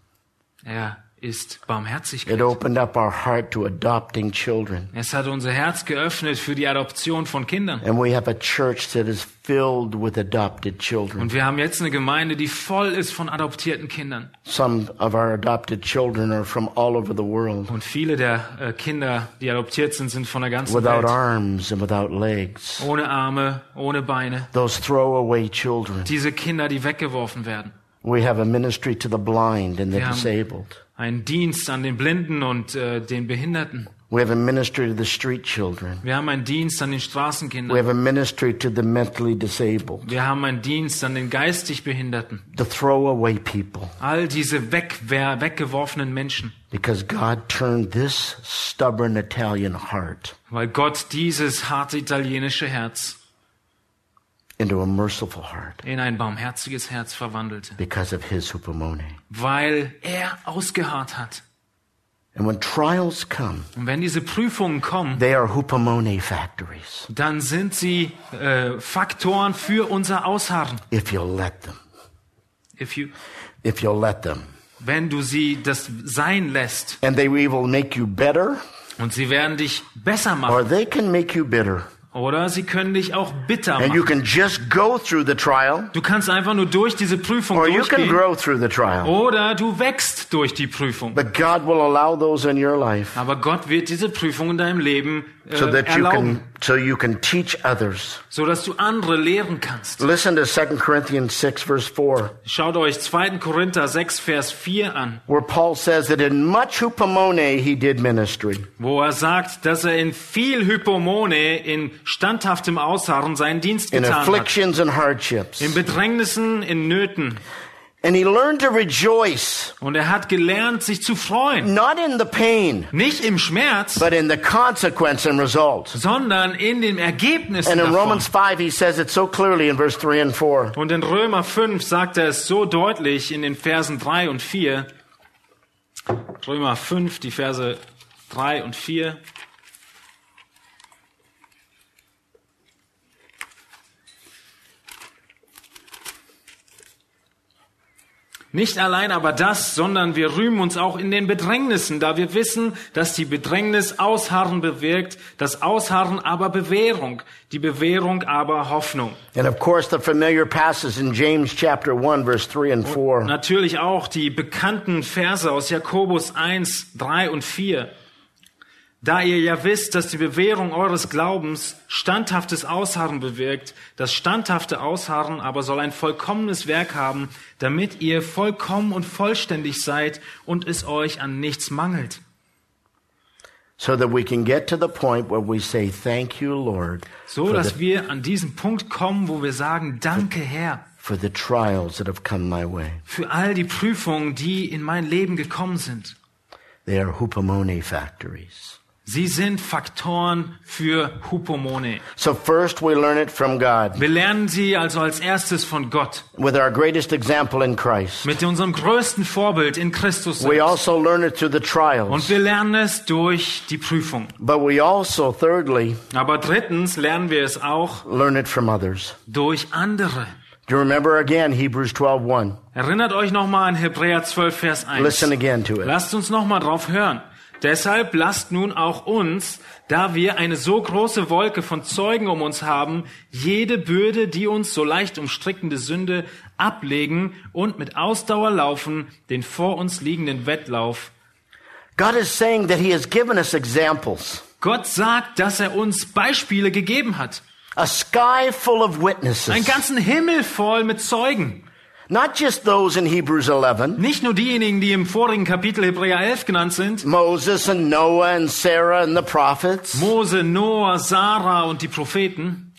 B: Er ist
A: It
B: Barmherzigkeit.
A: opened up our heart to adopting children.
B: Es hat unser Herz geöffnet für die Adoption von Kindern.
A: And we have a church that is filled with adopted children.
B: Und wir haben jetzt eine Gemeinde, die voll ist von adoptierten Kindern.
A: Some of our adopted children are from all over the world,
B: Und viele der äh, Kinder, die adoptiert sind, sind von der ganzen
A: without
B: Welt.
A: arms and without legs.
B: Ohne Arme, ohne Beine.
A: Those throwaway children.
B: Diese Kinder, die weggeworfen werden.
A: We have a ministry to the blind and the
B: Wir haben-
A: disabled.
B: Ein Dienst an den Blinden und äh, den Behinderten.
A: We have a ministry to the street children.
B: Wir haben einen Dienst an den
A: We
B: Straßenkindern.
A: have a ministry to the mentally disabled,
B: Wir haben einen Dienst an den geistig Behinderten.
A: the throwaway people.
B: All diese wegwer weggeworfenen Menschen.
A: Because God turned this stubborn Italian heart
B: Weil Gott dieses harte italienische Herz
A: into a merciful heart
B: in ein barmherziges Herz verwandelte.
A: because of his hupomone.
B: Weil er ausgeharrt hat.
A: And when trials come,
B: Und wenn diese Prüfungen kommen,
A: they are hupomone factories
B: dann sind sie äh, Faktoren für unser Ausharren.
A: if you'll let them.
B: If you,
A: If you'll let them.
B: wenn du sie das sein lässt.
A: And they will make you better
B: Und sie werden dich besser machen.
A: or they can make you bitter.
B: Oder sie können dich auch bitter
A: And you
B: machen.
A: can just go through the trial
B: Du kannst einfach nur durch diese Prüfung
A: or you can
B: durchgehen.
A: grow through the trial.
B: Oder du wächst durch die Prüfung.
A: But God will allow those in your life
B: Aber Gott wird diese Prüfung in deinem Leben äh,
A: so that you
B: erlauben,
A: can so you can teach others.
B: so dass du andere lehren kannst.
A: Listen to 2 Corinthians 6 verse 4.
B: Schaut euch 2. Korinther 6, Vers 4 an,
A: where Paul says that in much hupomone he did ministry.
B: wo er sagt, dass er in viel Hypomone, in standhaftem Ausharren seinen Dienst
A: In
B: getan hat.
A: afflictions and hardships.
B: In Bedrängnissen, in Nöten.
A: And he learned to rejoice,
B: Und er hat gelernt, sich zu freuen.
A: not in the pain,
B: Nicht im Schmerz,
A: Mm. but in the consequence and result.
B: sondern in dem Ergebnis
A: And in
B: davon.
A: Romans 5, he says it so clearly in verse 3 and 4.
B: und in Römer 5 sagt er es so deutlich in den Versen 3 und 4. Römer 5, die Verse 3 und 4. Nicht allein aber das, sondern wir rühmen uns auch in den Bedrängnissen, da wir wissen, dass die Bedrängnis Ausharren bewirkt, das Ausharren aber Bewährung, die Bewährung aber Hoffnung.
A: And of course, the familiar passages in James chapter 1, verse 3 and 4.
B: Natürlich auch die bekannten Verse aus Jakobus 1, 3 und 4. Da ihr ja wisst, dass die Bewährung eures Glaubens standhaftes Ausharren bewirkt, das standhafte Ausharren aber soll ein vollkommenes Werk haben, damit ihr vollkommen und vollständig seid und es euch an nichts mangelt.
A: So that we can get to the point where we say, Thank you, Lord,
B: So,
A: for,
B: dass
A: the,
B: wir an diesen Punkt kommen, wo wir sagen, danke Herr
A: for the trials that have come my way.
B: für all die Prüfungen, die in mein Leben gekommen sind.
A: They are hupomone factories.
B: Sie sind Faktoren für Hupomone.
A: So, first, we learn it from God
B: Wir lernen sie also als erstes von Gott,
A: with our greatest example in Christ.
B: mit unserem größten Vorbild in Christus.
A: We
B: selbst.
A: also learn it through the
B: Und
A: trials.
B: wir lernen es durch die Prüfung.
A: But we also, thirdly,
B: Aber drittens lernen wir es auch
A: learn it from others.
B: durch andere.
A: Do you remember again Hebrews 12:1?
B: Erinnert euch nochmal an Hebräer 12, Vers 1.
A: Listen again to it.
B: Lasst uns nochmal drauf hören. Deshalb lasst nun auch uns, da wir eine so große Wolke von Zeugen um uns haben, jede Bürde, die uns so leicht umstrickende Sünde, ablegen und mit Ausdauer laufen den vor uns liegenden Wettlauf.
A: God is saying that He has given us examples,
B: Gott sagt, dass er uns Beispiele gegeben hat.
A: a sky full of
B: Einen
A: witnesses,
B: ganzen Himmel voll mit Zeugen.
A: not just those in Hebrews 11,
B: Nicht nur diejenigen, die im vorigen Kapitel Hebräer 11 genannt sind.
A: Moses and Noah and Sarah and the prophets,
B: Mose, Noah, Sarah und die Propheten.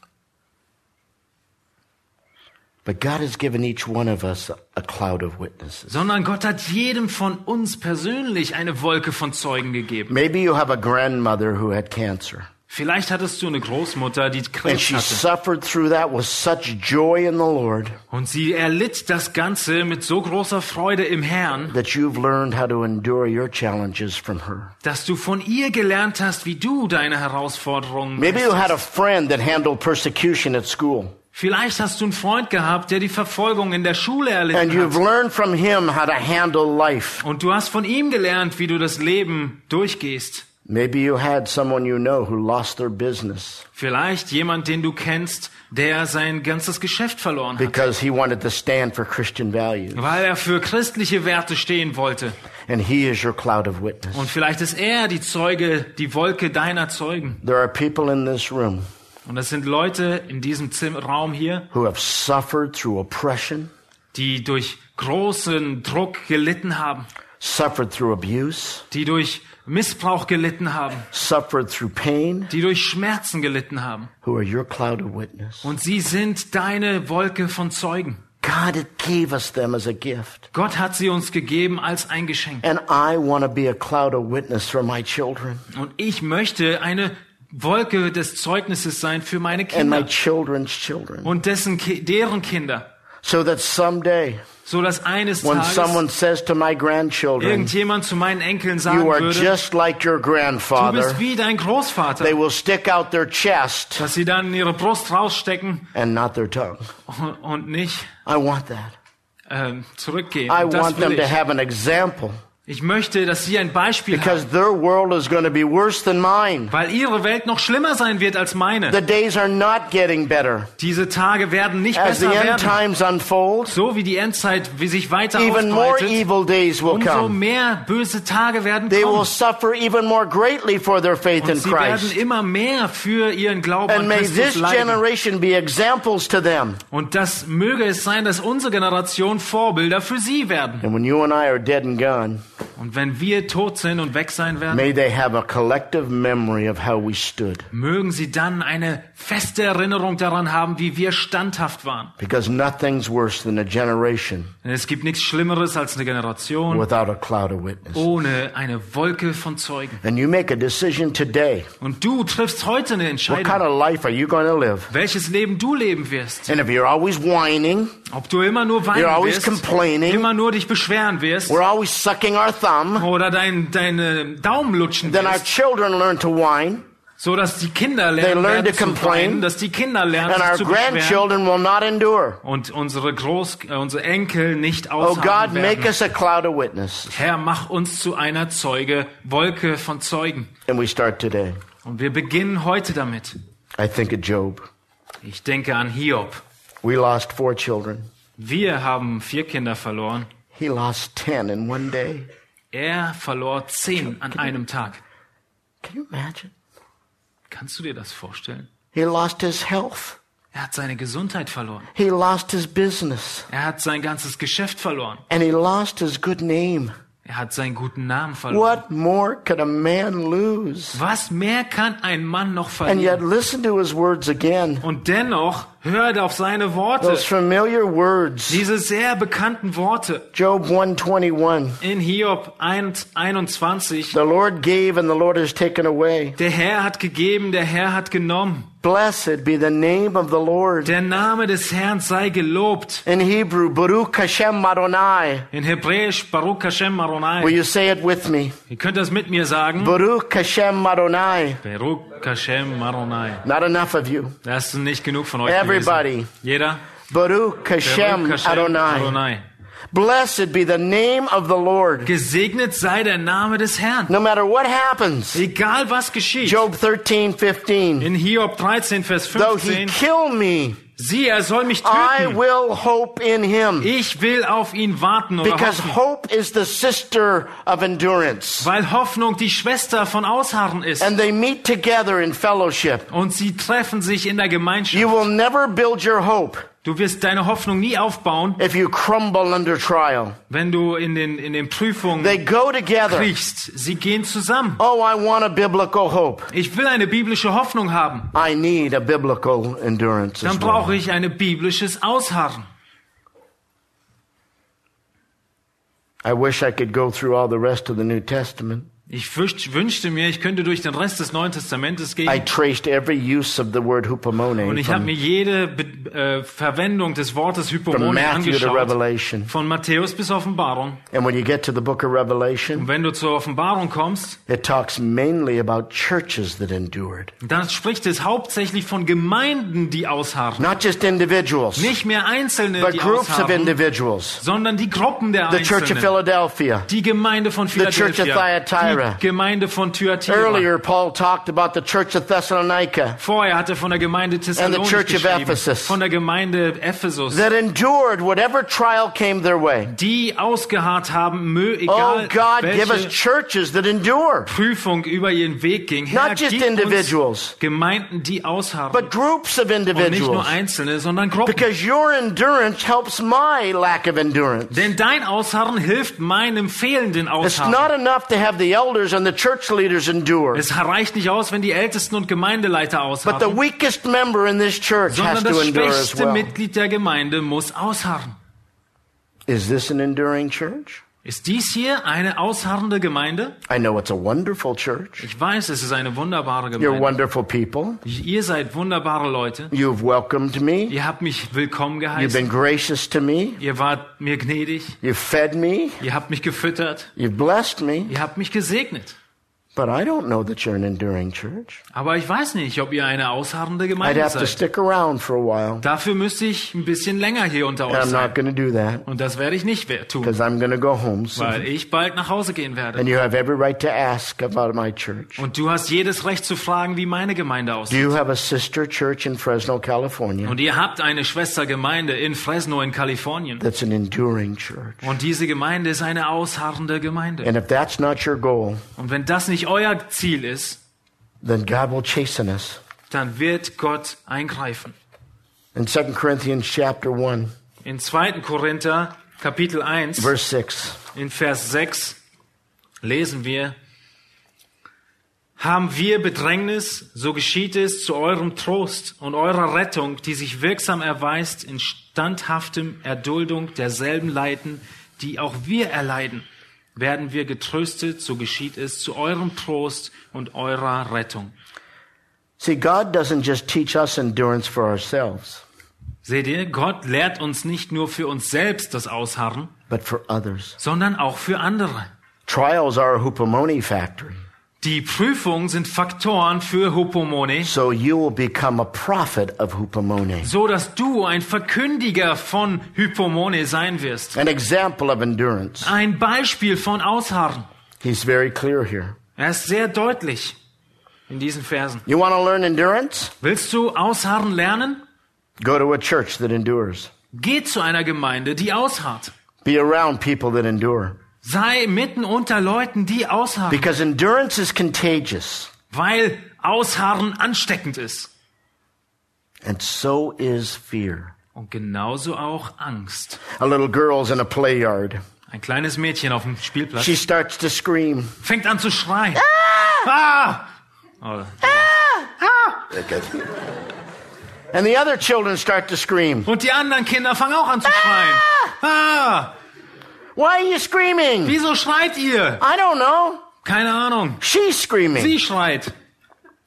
A: but God has given each one of us a cloud of witnesses.
B: sondern Gott hat jedem von uns persönlich eine Wolke von Zeugen gegeben.
A: Maybe you have a grandmother who had cancer.
B: Vielleicht hattest du eine Großmutter, die
A: And
B: Krebs
A: she
B: hatte
A: suffered through that with such joy in the Lord
B: und sie erlitt das Ganze mit so großer Freude im Herrn,
A: that you've learned how to endure your challenges from her.
B: dass du von ihr gelernt hast, wie du deine Herausforderungen.
A: Maybe you had a
B: meistest.
A: friend that handled persecution at school,
B: Vielleicht hast du einen Freund gehabt, der die Verfolgung in der Schule
A: and
B: erlitten
A: you've
B: hat.
A: learned from him how to handle life.
B: Und du hast von ihm gelernt, wie du das Leben durchgehst.
A: Maybe you had someone you know who lost their business
B: Vielleicht jemand, den du kennst, der sein ganzes Geschäft verloren hat,
A: because he wanted to stand for Christian values,
B: weil er für christliche Werte stehen wollte.
A: and he is your cloud of witness.
B: Und vielleicht ist er die Zeuge, die Wolke deiner Zeugen.
A: There are people in this room
B: Und das sind Leute in diesem Zim Raum hier,
A: who have suffered through oppression,
B: die durch großen Druck gelitten haben,
A: suffered through abuse,
B: die durch Missbrauch gelitten haben,
A: suffered through pain,
B: die durch Schmerzen gelitten haben.
A: who are your cloud of witness.
B: Und sie sind deine Wolke von Zeugen.
A: God gave us them as a gift.
B: Gott hat sie uns gegeben als ein Geschenk.
A: And I want to be a cloud of witness for my children
B: Und ich möchte eine Wolke des Zeugnisses sein für meine
A: and my
B: Kinder
A: children's children.
B: und dessen, Ki- deren Kinder,
A: So that someday,
B: so dass eines
A: when someone
B: Tages
A: says to my grandchildren,
B: irgendjemand zu meinen Enkeln sagen
A: You are
B: würde,
A: just like your
B: Du bist
A: grandfather,
B: wie dein Großvater,
A: they will stick out their chest
B: dass sie dann ihre Brust rausstecken
A: and not their tongue.
B: und- und nicht
A: I want that.
B: ähm, zurückgehen.
A: I
B: Und das
A: want them
B: will
A: to
B: ich.
A: have an example
B: ich möchte, dass sie ein Beispiel
A: because
B: haben,
A: their world is going to be worse than mine.
B: weil ihre Welt noch schlimmer sein wird als meine.
A: The days are not getting better.
B: Diese Tage werden nicht
A: As
B: besser
A: the end
B: werden.
A: times unfold,
B: So wie die Endzeit wie sich weiter
A: even more
B: ausbreitet,
A: evil days will
B: umso
A: come.
B: mehr böse Tage werden
A: They will
B: kommen.
A: suffer even more greatly for their faith
B: Und
A: in
B: sie werden
A: Christ.
B: immer mehr für ihren Glauben
A: And
B: an
A: may
B: Christus
A: this
B: leiden.
A: generation be examples to them.
B: Und das möge es sein, dass unsere Generation Vorbilder für sie werden.
A: And when you and I are dead and gone,
B: Und wenn wir tot sind und weg sein werden,
A: may they have a collective memory of how we stood.
B: mögen sie dann eine feste Erinnerung daran haben, wie wir standhaft waren.
A: Because nothing's worse than a generation
B: Denn es gibt nichts Schlimmeres als eine Generation
A: without a cloud of witness.
B: ohne eine Wolke von Zeugen.
A: And you make a decision today.
B: Und du triffst heute eine
A: What kind
B: Entscheidung,
A: of life are you going to live?
B: welches Leben du leben wirst.
A: And if you're always whining,
B: Ob du immer nur weinen
A: you're always
B: wirst,
A: complaining,
B: immer nur dich beschweren wirst
A: we're always sucking our thumb,
B: oder dein, deine Daumen lutschen
A: then our
B: wirst,
A: children learn to whine,
B: so dass die Kinder
A: They
B: lernen
A: learn
B: werden
A: to
B: zu
A: complain.
B: weinen, dass die Kinder lernen
A: and
B: sich
A: our
B: zu beschweren
A: grandchildren will not endure.
B: und unsere Groß, äh, unsere Enkel nicht
A: Oh
B: aushalten
A: God,
B: werden.
A: make us a cloud of witness.
B: Herr, mach uns zu einer Zeuge, Wolke von Zeugen.
A: And we start today.
B: Und wir beginnen heute damit.
A: I think of Job.
B: Ich denke an Hiob.
A: We lost four children.
B: Wir haben vier Kinder verloren.
A: He lost 10 in one day.
B: Er verlor zehn an einem Tag.
A: Can you imagine?
B: Kannst du dir das vorstellen?
A: He lost his health.
B: Er hat seine Gesundheit verloren.
A: He lost his business.
B: Er hat sein ganzes Geschäft verloren.
A: And he lost his good name.
B: Er hat seinen guten Namen verloren.
A: What more could a man lose?
B: Was mehr kann ein Mann noch
A: And yet,
B: verlieren?
A: listen to his words again.
B: Und dennoch hört auf seine Worte.
A: Those familiar words.
B: Diese sehr bekannten Worte
A: Job 121.
B: in Hiob 1, 21.
A: The Lord gave and the Lord has taken away.
B: Der Herr hat gegeben, der Herr hat genommen.
A: Blessed be the name of the Lord.
B: Der Name des Herrn sei gelobt.
A: In Hebrew, Baruch Hashem Adonai.
B: In Hebräisch Baruch Hashem
A: Will
B: Maronai.
A: you say it with me?
B: Ihr könnt das mit mir sagen.
A: Baruch Hashem Adonai.
B: Baruch Hashem Maronai.
A: Not enough of you.
B: Das ist nicht genug von euch
A: Everybody.
B: gewesen. Jeder.
A: Baruch Hashem
B: Baruch
A: Adonai.
B: Adonai.
A: Blessed be the name of the Lord.
B: Gesegnet sei der Name des Herrn.
A: No matter what happens.
B: Egal was geschieht.
A: Job 13, 15.
B: In Hiob 13, Vers
A: Though he
B: 15.
A: kill me,
B: Sieh, er soll mich
A: I
B: töten.
A: will hope in him.
B: Ich will auf ihn warten oder
A: Because
B: hoffen.
A: hope is the sister of endurance.
B: Weil Hoffnung die Schwester von Ausharren ist.
A: And they meet together in fellowship.
B: Und sie treffen sich in der Gemeinschaft.
A: You will never build your hope
B: Du wirst deine Hoffnung nie aufbauen,
A: if you crumble under trial.
B: wenn du in den, in den
A: They
B: Prüfungen
A: go together.
B: kriegst. Sie gehen zusammen.
A: Oh, I want a biblical hope.
B: Ich will eine biblische Hoffnung haben.
A: I need a biblical endurance.
B: Dann
A: As well.
B: brauche ich ein biblisches Ausharren.
A: I wish I could go through all the rest of the New Testament.
B: Ich wünscht- wünschte mir, ich könnte durch den Rest des Neuen Testamentes
A: I
B: gehen.
A: traced every use of the word
B: Und
A: hupomone
B: ich habe
A: from,
B: mir jede Be äh, Verwendung des Wortes
A: from
B: Hypermone
A: Matthew to
B: angeschaut.
A: Revelation.
B: Von Matthäus bis Offenbarung.
A: And when you get to the book of Revelation,
B: Und wenn du zur Offenbarung kommst,
A: It talks mainly about churches that endured,
B: dann spricht es hauptsächlich von Gemeinden, die ausharren.
A: not just individuals,
B: Nicht mehr Einzelne,
A: but
B: die
A: groups of
B: ausharren,
A: individuals.
B: sondern die Gruppen der
A: The Church of
B: Einzelnen.
A: Philadelphia.
B: Die Gemeinde von
A: Church of Thyatira.
B: Philadelphia. Die Gemeinde von Thyatira.
A: Earlier, Paul talked about the Church of Thessalonica
B: Vorher hat er von der Gemeinde Thessaloniki
A: Church of
B: geschrieben.
A: Ephesus.
B: Von der Gemeinde Ephesus.
A: that endured whatever trial came their way.
B: Die ausgeharrt haben, mö,
A: Oh
B: egal
A: God, give us
B: welche
A: churches that endure,
B: Prüfung über ihren Weg ging. Herr,
A: not just
B: gib uns
A: individuals,
B: Gemeinden, die ausharren.
A: but groups of
B: Und nicht nur
A: individuals.
B: Einzelne, sondern Gruppen.
A: Because your endurance helps my lack of endurance.
B: Denn dein Ausharren hilft meinem fehlenden
A: It's not
B: Ausharren.
A: enough to have the elders and the church leaders endure.
B: Es reicht nicht aus, wenn die Ältesten und Gemeindeleiter
A: But the
B: ausharren,
A: weakest member in this church has
B: sondern das
A: to endure as
B: schwächste
A: well.
B: Mitglied der Gemeinde muss ausharren.
A: Is this an enduring church?
B: Ist dies hier eine ausharrende Gemeinde?
A: I know it's a wonderful church.
B: Ich weiß, es ist eine wunderbare
A: You're
B: Gemeinde.
A: wonderful people.
B: Ihr seid wunderbare Leute.
A: You've welcomed me.
B: Ihr habt mich willkommen
A: You've
B: geheißen.
A: been gracious to me.
B: Ihr wart mir gnädig.
A: You've fed me.
B: Ihr habt mich gefüttert.
A: You've blessed me.
B: Ihr habt mich gesegnet.
A: But I don't know that you're an enduring church.
B: Aber ich weiß nicht, ob ihr eine ausharrende
A: I'd
B: Gemeinde
A: have to
B: seid.
A: stick around for a while.
B: Dafür müsste ich ein bisschen länger hier unter
A: And
B: euch
A: I'm
B: sein.
A: not going to do that
B: Und das werde ich nicht we- tun,
A: because I'm going to go home soon.
B: weil ich bald nach Hause gehen werde.
A: And you have every right to ask about my church.
B: Und du hast jedes Recht zu fragen, wie meine Gemeinde
A: Do
B: aussieht.
A: you have a sister church in Fresno, California
B: Und ihr habt eine Schwestergemeinde in Fresno in Kalifornien.
A: that's an enduring church?
B: Und diese Gemeinde ist eine ausharrende Gemeinde.
A: And if that's not your goal,
B: Und wenn das nicht euer Ziel ist,
A: then God will chasten us.
B: dann wird Gott eingreifen.
A: In 2 Corinthians chapter 1,
B: In 2. Korinther Kapitel 1
A: verse 6,
B: in Vers 6 lesen wir, haben wir Bedrängnis, so geschieht es zu eurem Trost und eurer Rettung, die sich wirksam erweist in standhaftem Erduldung derselben Leiden, die auch wir erleiden. Werden wir getröstet, so geschieht es zu eurem Trost und eurer Rettung.
A: see, God doesn't just teach us endurance for ourselves,
B: Seht ihr, Gott lehrt uns nicht nur für uns selbst das Ausharren,
A: but for others.
B: sondern auch für andere.
A: Trials are a hupomone factory,
B: Die Prüfungen sind Faktoren für Hopomone,
A: so you will become a prophet of hupomone,
B: so dass du ein Verkündiger von Hypomone sein wirst.
A: an example of endurance.
B: Ein Beispiel von Ausharren.
A: He's very clear here.
B: Er ist sehr deutlich in diesen Versen.
A: You want to learn endurance?
B: Willst du Ausharren lernen?
A: Go to a church that endures.
B: Geh zu einer Gemeinde, die ausharrt.
A: Be around people that endure.
B: Sei mitten unter Leuten, die ausharren,
A: Because endurance is contagious,
B: weil Ausharren ansteckend ist.
A: and so is fear.
B: Und genauso auch Angst.
A: A little girl's in a play yard.
B: Ein kleines Mädchen auf dem Spielplatz
A: She starts to scream.
B: fängt an zu schreien. Ah! Oh,
A: Okay. And the other children start to scream.
B: Und die anderen Kinder fangen auch an zu schreien. Ah!
A: Why are you screaming?
B: Wieso schreit ihr?
A: I don't know.
B: Keine Ahnung.
A: She's screaming.
B: Sie schreit.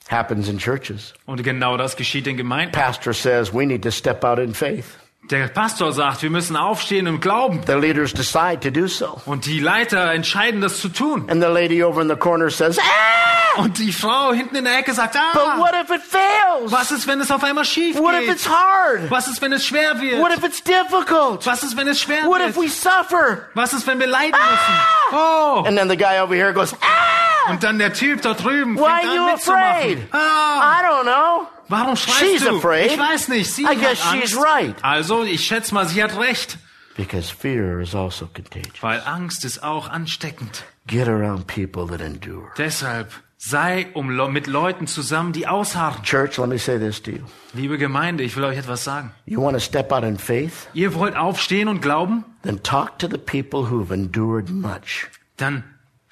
A: Happens in churches.
B: Und genau das geschieht in Gemeinden.
A: Pastor says we need to step out in faith.
B: Der Pastor sagt, wir müssen aufstehen und glauben.
A: The leaders decide to do so.
B: Und die Leiter entscheiden, das zu tun.
A: And the lady over in the corner says, Ah!
B: Und die Frau hinten in der Ecke sagt,
A: But
B: ah,
A: what if it fails?
B: was ist, wenn es auf einmal schief
A: What if it's
B: geht?
A: hard?
B: Was ist, wenn es schwer
A: What
B: wird?
A: if it's difficult?
B: Was ist, wenn es schwer
A: What if we
B: wird?
A: suffer?
B: Was ist, wenn wir leiden müssen? Oh!
A: And then the guy over here goes, Ah!
B: Und dann der Typ dort drüben
A: Why
B: fängt
A: are you
B: an mitzumachen.
A: afraid?
B: Ah,
A: I don't know.
B: warum
A: She's
B: schreist du?
A: afraid.
B: Ich weiß nicht, sie
A: I
B: hat
A: guess she's
B: Angst.
A: right.
B: Also, ich schätze mal, sie hat recht.
A: Because fear is also contagious.
B: Weil Angst ist auch ansteckend.
A: Get around people that endure.
B: Deshalb sei um Lo- mit Leuten zusammen, die ausharren.
A: Church, let me say this to you.
B: Liebe Gemeinde, ich will euch etwas sagen.
A: You want to step out in faith?
B: Ihr wollt aufstehen und glauben?
A: Then talk to the people who've endured much
B: Dann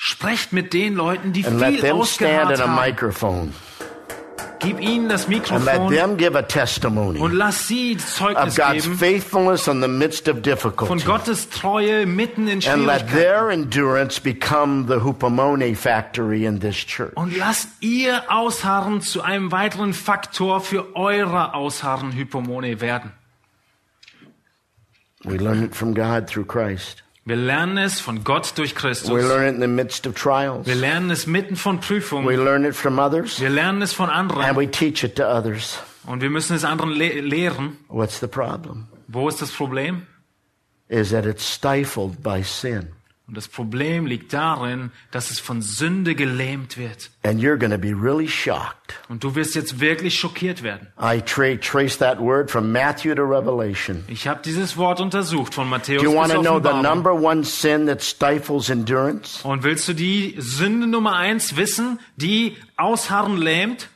B: sprecht mit den Leuten, die
A: and let
B: viel
A: them stand
B: ausgeharrt
A: in a
B: haben.
A: microphone
B: Gib ihnen das
A: and let
B: Mikrofon
A: them give a
B: und
A: testimony
B: lass sie
A: of
B: Zeugnis
A: God's
B: geben
A: faithfulness in the midst of
B: von
A: difficulty.
B: Gottes Treue mitten in
A: And let
B: Schwierigkeiten.
A: their endurance become the hupomone factory in this church.
B: Und lasst ihr Ausharren zu einem weiteren Faktor für eure Ausharren Hypomone werden.
A: We learn it from God through Christ.
B: Wir lernen es von Gott durch
A: We
B: Christus.
A: learn it in the midst of trials.
B: Wir lernen es mitten von
A: We
B: Prüfungen.
A: learn it from others
B: Wir lernen es von
A: and
B: anderen
A: we teach it to others.
B: und wir müssen es anderen le lehren.
A: What's the problem?
B: Wo ist das Problem?
A: Is that it's stifled by sin.
B: Und das Problem liegt darin, dass es von Sünde gelähmt wird.
A: And you're going to be really shocked.
B: Und du wirst jetzt wirklich schockiert werden.
A: I tra- trace that word from Matthew to Revelation.
B: Ich habe dieses Wort untersucht von Matthäus
A: Do you
B: bis
A: want to know the
B: Offenbarung.
A: number one sin that stifles endurance?
B: Und willst du die Sünde Nummer eins wissen, die Ausharren lähmt?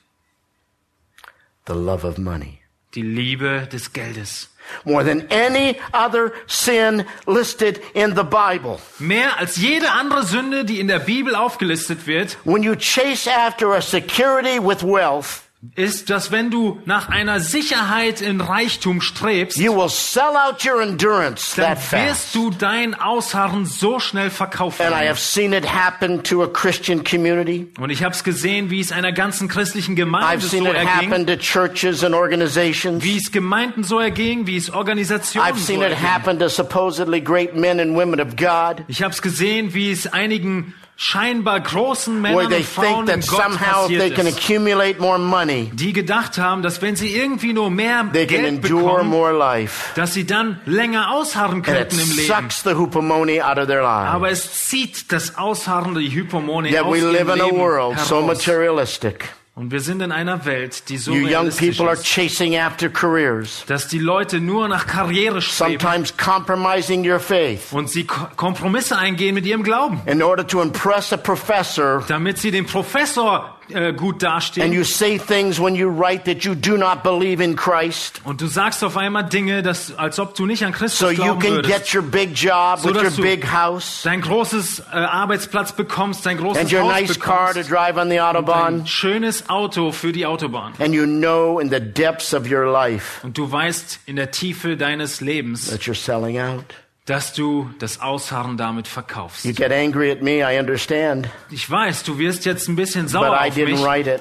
A: The love of money.
B: Die Liebe des Geldes.
A: More than any other sin listed in the Bible.
B: Mehr als jede andere Sünde, die in der Bibel aufgelistet wird,
A: When you chase after a security with wealth,
B: ist, dass wenn du nach einer Sicherheit in Reichtum strebst,
A: you will sell out your endurance
B: dann
A: that
B: wirst
A: fast.
B: du dein Ausharren so schnell verkaufen.
A: And I have seen it happen to a Christian community.
B: Und ich habe es gesehen, wie es einer ganzen christlichen
A: I've
B: Gemeinde so
A: seen it
B: erging,
A: happen to churches and organizations.
B: wie es Gemeinden so erging, wie es Organisationen
A: I've
B: so
A: seen it
B: erging.
A: happen to supposedly great men and women of God.
B: Ich habe es gesehen, wie es einigen scheinbar großen
A: where
B: Männern
A: they
B: und
A: think
B: Frauen in
A: that
B: Gott
A: somehow if they
B: passiert
A: can
B: ist,
A: accumulate more money,
B: die gedacht haben, dass wenn sie irgendwie nur mehr
A: they can
B: Geld
A: endure
B: bekommen,
A: more life.
B: dass sie dann länger ausharren
A: And it
B: könnten im Leben.
A: sucks the hupomone out of their
B: Aber
A: lives.
B: es zieht das ausharrende Hypomone
A: That
B: aus
A: we live
B: ihrem
A: in a
B: Leben
A: world so
B: heraus.
A: materialistic.
B: Und wir sind in einer Welt, die so
A: You young
B: realistisch
A: people are
B: ist,
A: chasing after careers,
B: dass die Leute nur nach Karriere streben
A: sometimes compromising your faith
B: und sie Ko- Kompromisse eingehen mit ihrem Glauben,
A: in order to impress a professor.
B: damit sie dem Professor äh,
A: And
B: gut dastehen.
A: you say things when you write that you do not believe in Christ,
B: Und du sagst auf einmal Dinge, dass, als ob du nicht an Christus
A: so you
B: glauben
A: can
B: würdest.
A: get your big job
B: So
A: with your
B: dass du
A: big house
B: dein großes äh, Arbeitsplatz bekommst, dein großes
A: and your
B: Haus
A: nice car to
B: bekommst,
A: drive on the Autobahn.
B: dein schönes Auto für die Autobahn.
A: and you know in the depths of your life
B: Und du weißt in der Tiefe deines Lebens,
A: that you're selling out.
B: dass du das Ausharren damit verkaufst.
A: You get angry at me, I understand,
B: Ich weiß, du wirst jetzt ein bisschen
A: but
B: sauer
A: I
B: auf mich,
A: didn't write it.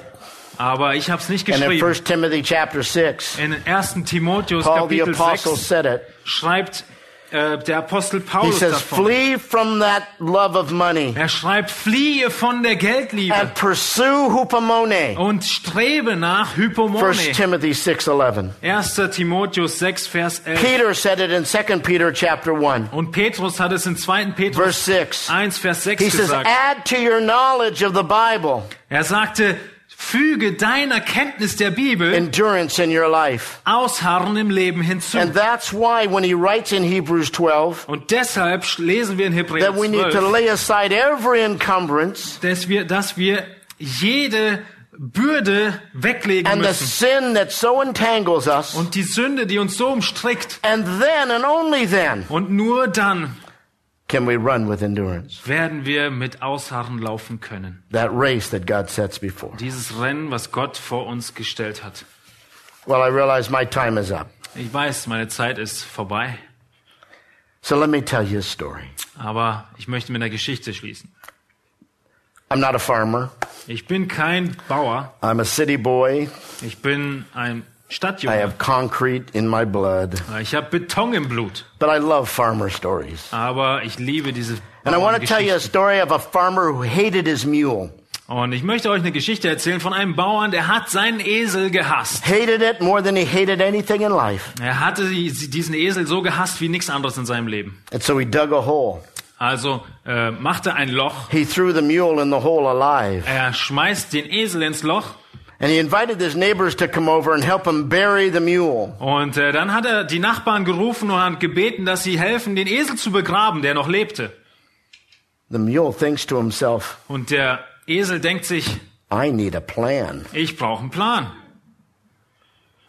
B: aber ich habe es nicht
A: And in
B: geschrieben.
A: 1 Timothy chapter 6,
B: In 1. Timotheus
A: Paul the
B: Kapitel
A: apostle
B: 6
A: said it.
B: schreibt äh, der Apostel
A: He
B: Paulus
A: says,
B: davon.
A: "Flee from that love of money
B: Er schreibt, fliehe von der Geldliebe
A: and pursue hupomone."
B: und strebe nach
A: 1
B: Hypomone.
A: Timothy 6:11.
B: 1. Timotheus 6, Vers 11.
A: Peter said it in 2 Peter chapter 1,
B: Und Petrus hat es in 2.
A: verse
B: Petrus
A: 6.
B: 1, Vers 6
A: He says,
B: gesagt.
A: "Add to your knowledge of the Bible
B: Er sagte, füge deiner Kenntnis der Bibel
A: endurance in your life."
B: Ausharren im Leben hinzu.
A: And that's why when he writes in Hebrews 12,
B: Und deshalb sch- lesen wir in Hebräer
A: that we need to
B: 12,
A: lay aside every encumbrance
B: dass wir, dass wir jede Bürde weglegen
A: and the
B: müssen.
A: sin that so entangles us,
B: Und die Sünde, die uns so umstrickt.
A: and then and only then
B: Und nur dann
A: can we run with endurance
B: werden wir mit Ausharren laufen können.
A: that race that God sets before?
B: Dieses Rennen, was Gott vor uns gestellt hat.
A: Well, I realize my time is up.
B: Ich weiß, meine Zeit ist vorbei,
A: So let me tell you a story.
B: aber ich möchte mit einer Geschichte schließen.
A: I'm not a farmer.
B: Ich bin kein Bauer,
A: I'm a city boy.
B: ich bin ein
A: I
B: Stadtjunge.
A: have concrete in my blood.
B: Ich habe Beton im Blut,
A: But I love farmer stories.
B: aber ich liebe diese
A: And I want to tell you a
B: Geschichten.
A: story of a farmer who hated his mule.
B: Und ich möchte euch eine Geschichte erzählen von einem Bauern, der hat seinen Esel gehasst.
A: Hated it more than he hated anything in life.
B: Er hatte diesen Esel so gehasst wie nichts anderes in seinem Leben.
A: And so he dug a hole.
B: Also äh, machte ein Loch,
A: He threw the mule in the hole alive.
B: er schmeißt den Esel ins Loch
A: And he invited his neighbors to come over and help him bury the mule.
B: und äh, dann hat er die Nachbarn gerufen und hat gebeten, dass sie helfen, den Esel zu begraben, der noch lebte.
A: The mule thinks to himself,
B: Und der Esel denkt sich,
A: I need a plan.
B: ich brauche einen Plan.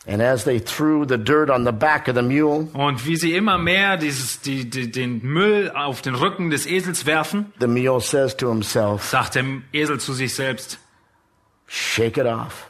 A: And as they threw the dirt on the back of the mule,
B: Und wie sie immer mehr dieses, die, die, den Müll auf den Rücken des Esels werfen,
A: the mule says to himself,
B: sagt der Esel zu sich selbst,
A: Shake it off,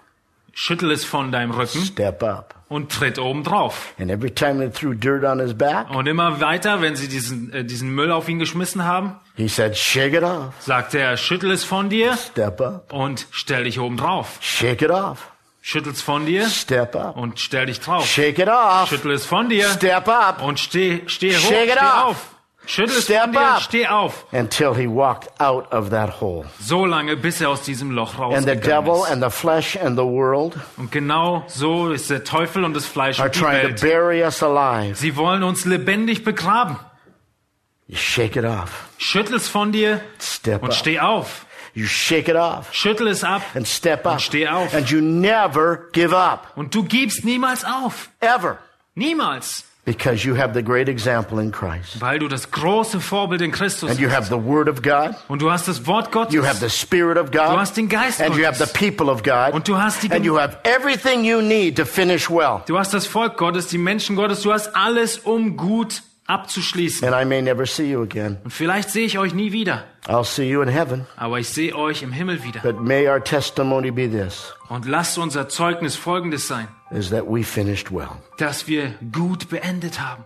B: schüttel es von deinem Rücken
A: step up.
B: und tritt oben drauf.
A: And every time they threw dirt on his back,
B: Und immer weiter, wenn sie diesen, äh, diesen Müll auf ihn geschmissen haben,
A: he said, Shake it off,
B: sagt er, schüttel es von dir
A: step up,
B: und stell dich oben drauf.
A: shake it off,
B: Schüttel es von dir
A: step up,
B: und stell dich drauf.
A: shake it off,
B: Schüttel es von dir
A: step up,
B: und steh, steh hoch,
A: Shake it
B: steh
A: off.
B: auf. Schüttel es
A: Step
B: von dir,
A: up.
B: steh auf.
A: until he walked out of that hole.
B: So lange, bis er aus diesem Loch
A: And the
B: rausgegangen
A: devil
B: ist.
A: and the flesh and the world
B: Und genau so ist der Teufel und das Fleisch
A: are
B: und die
A: trying to
B: Welt.
A: bury us alive.
B: Sie wollen uns lebendig begraben.
A: You shake it off,
B: Schüttel es von dir
A: step
B: und
A: up.
B: steh auf.
A: You shake it off
B: Schüttel es ab
A: and step up.
B: steh auf.
A: And you never give up,
B: und du gibst niemals auf.
A: ever,
B: Niemals.
A: because you have the great example in Christ.
B: Weil du das große Vorbild in Christus
A: And you have
B: hast.
A: the Word of God.
B: Und du hast das Wort Gottes.
A: You have the Spirit of God.
B: Du hast den Geist
A: and you have
B: Gottes.
A: the people of God.
B: Und du hast die
A: and
B: Gem-
A: you have everything you need to finish well.
B: du hast das Volk Gottes, die Menschen Gottes. Du hast alles, um gut abzuschließen.
A: And I may never see you again.
B: Und vielleicht sehe ich euch nie wieder.
A: I'll see you in heaven.
B: Aber ich sehe euch im Himmel wieder.
A: But may our testimony be this
B: Und lasst unser Zeugnis folgendes sein.
A: is that we finished well.
B: dass wir gut beendet haben.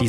C: Die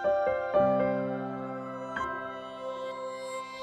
C: E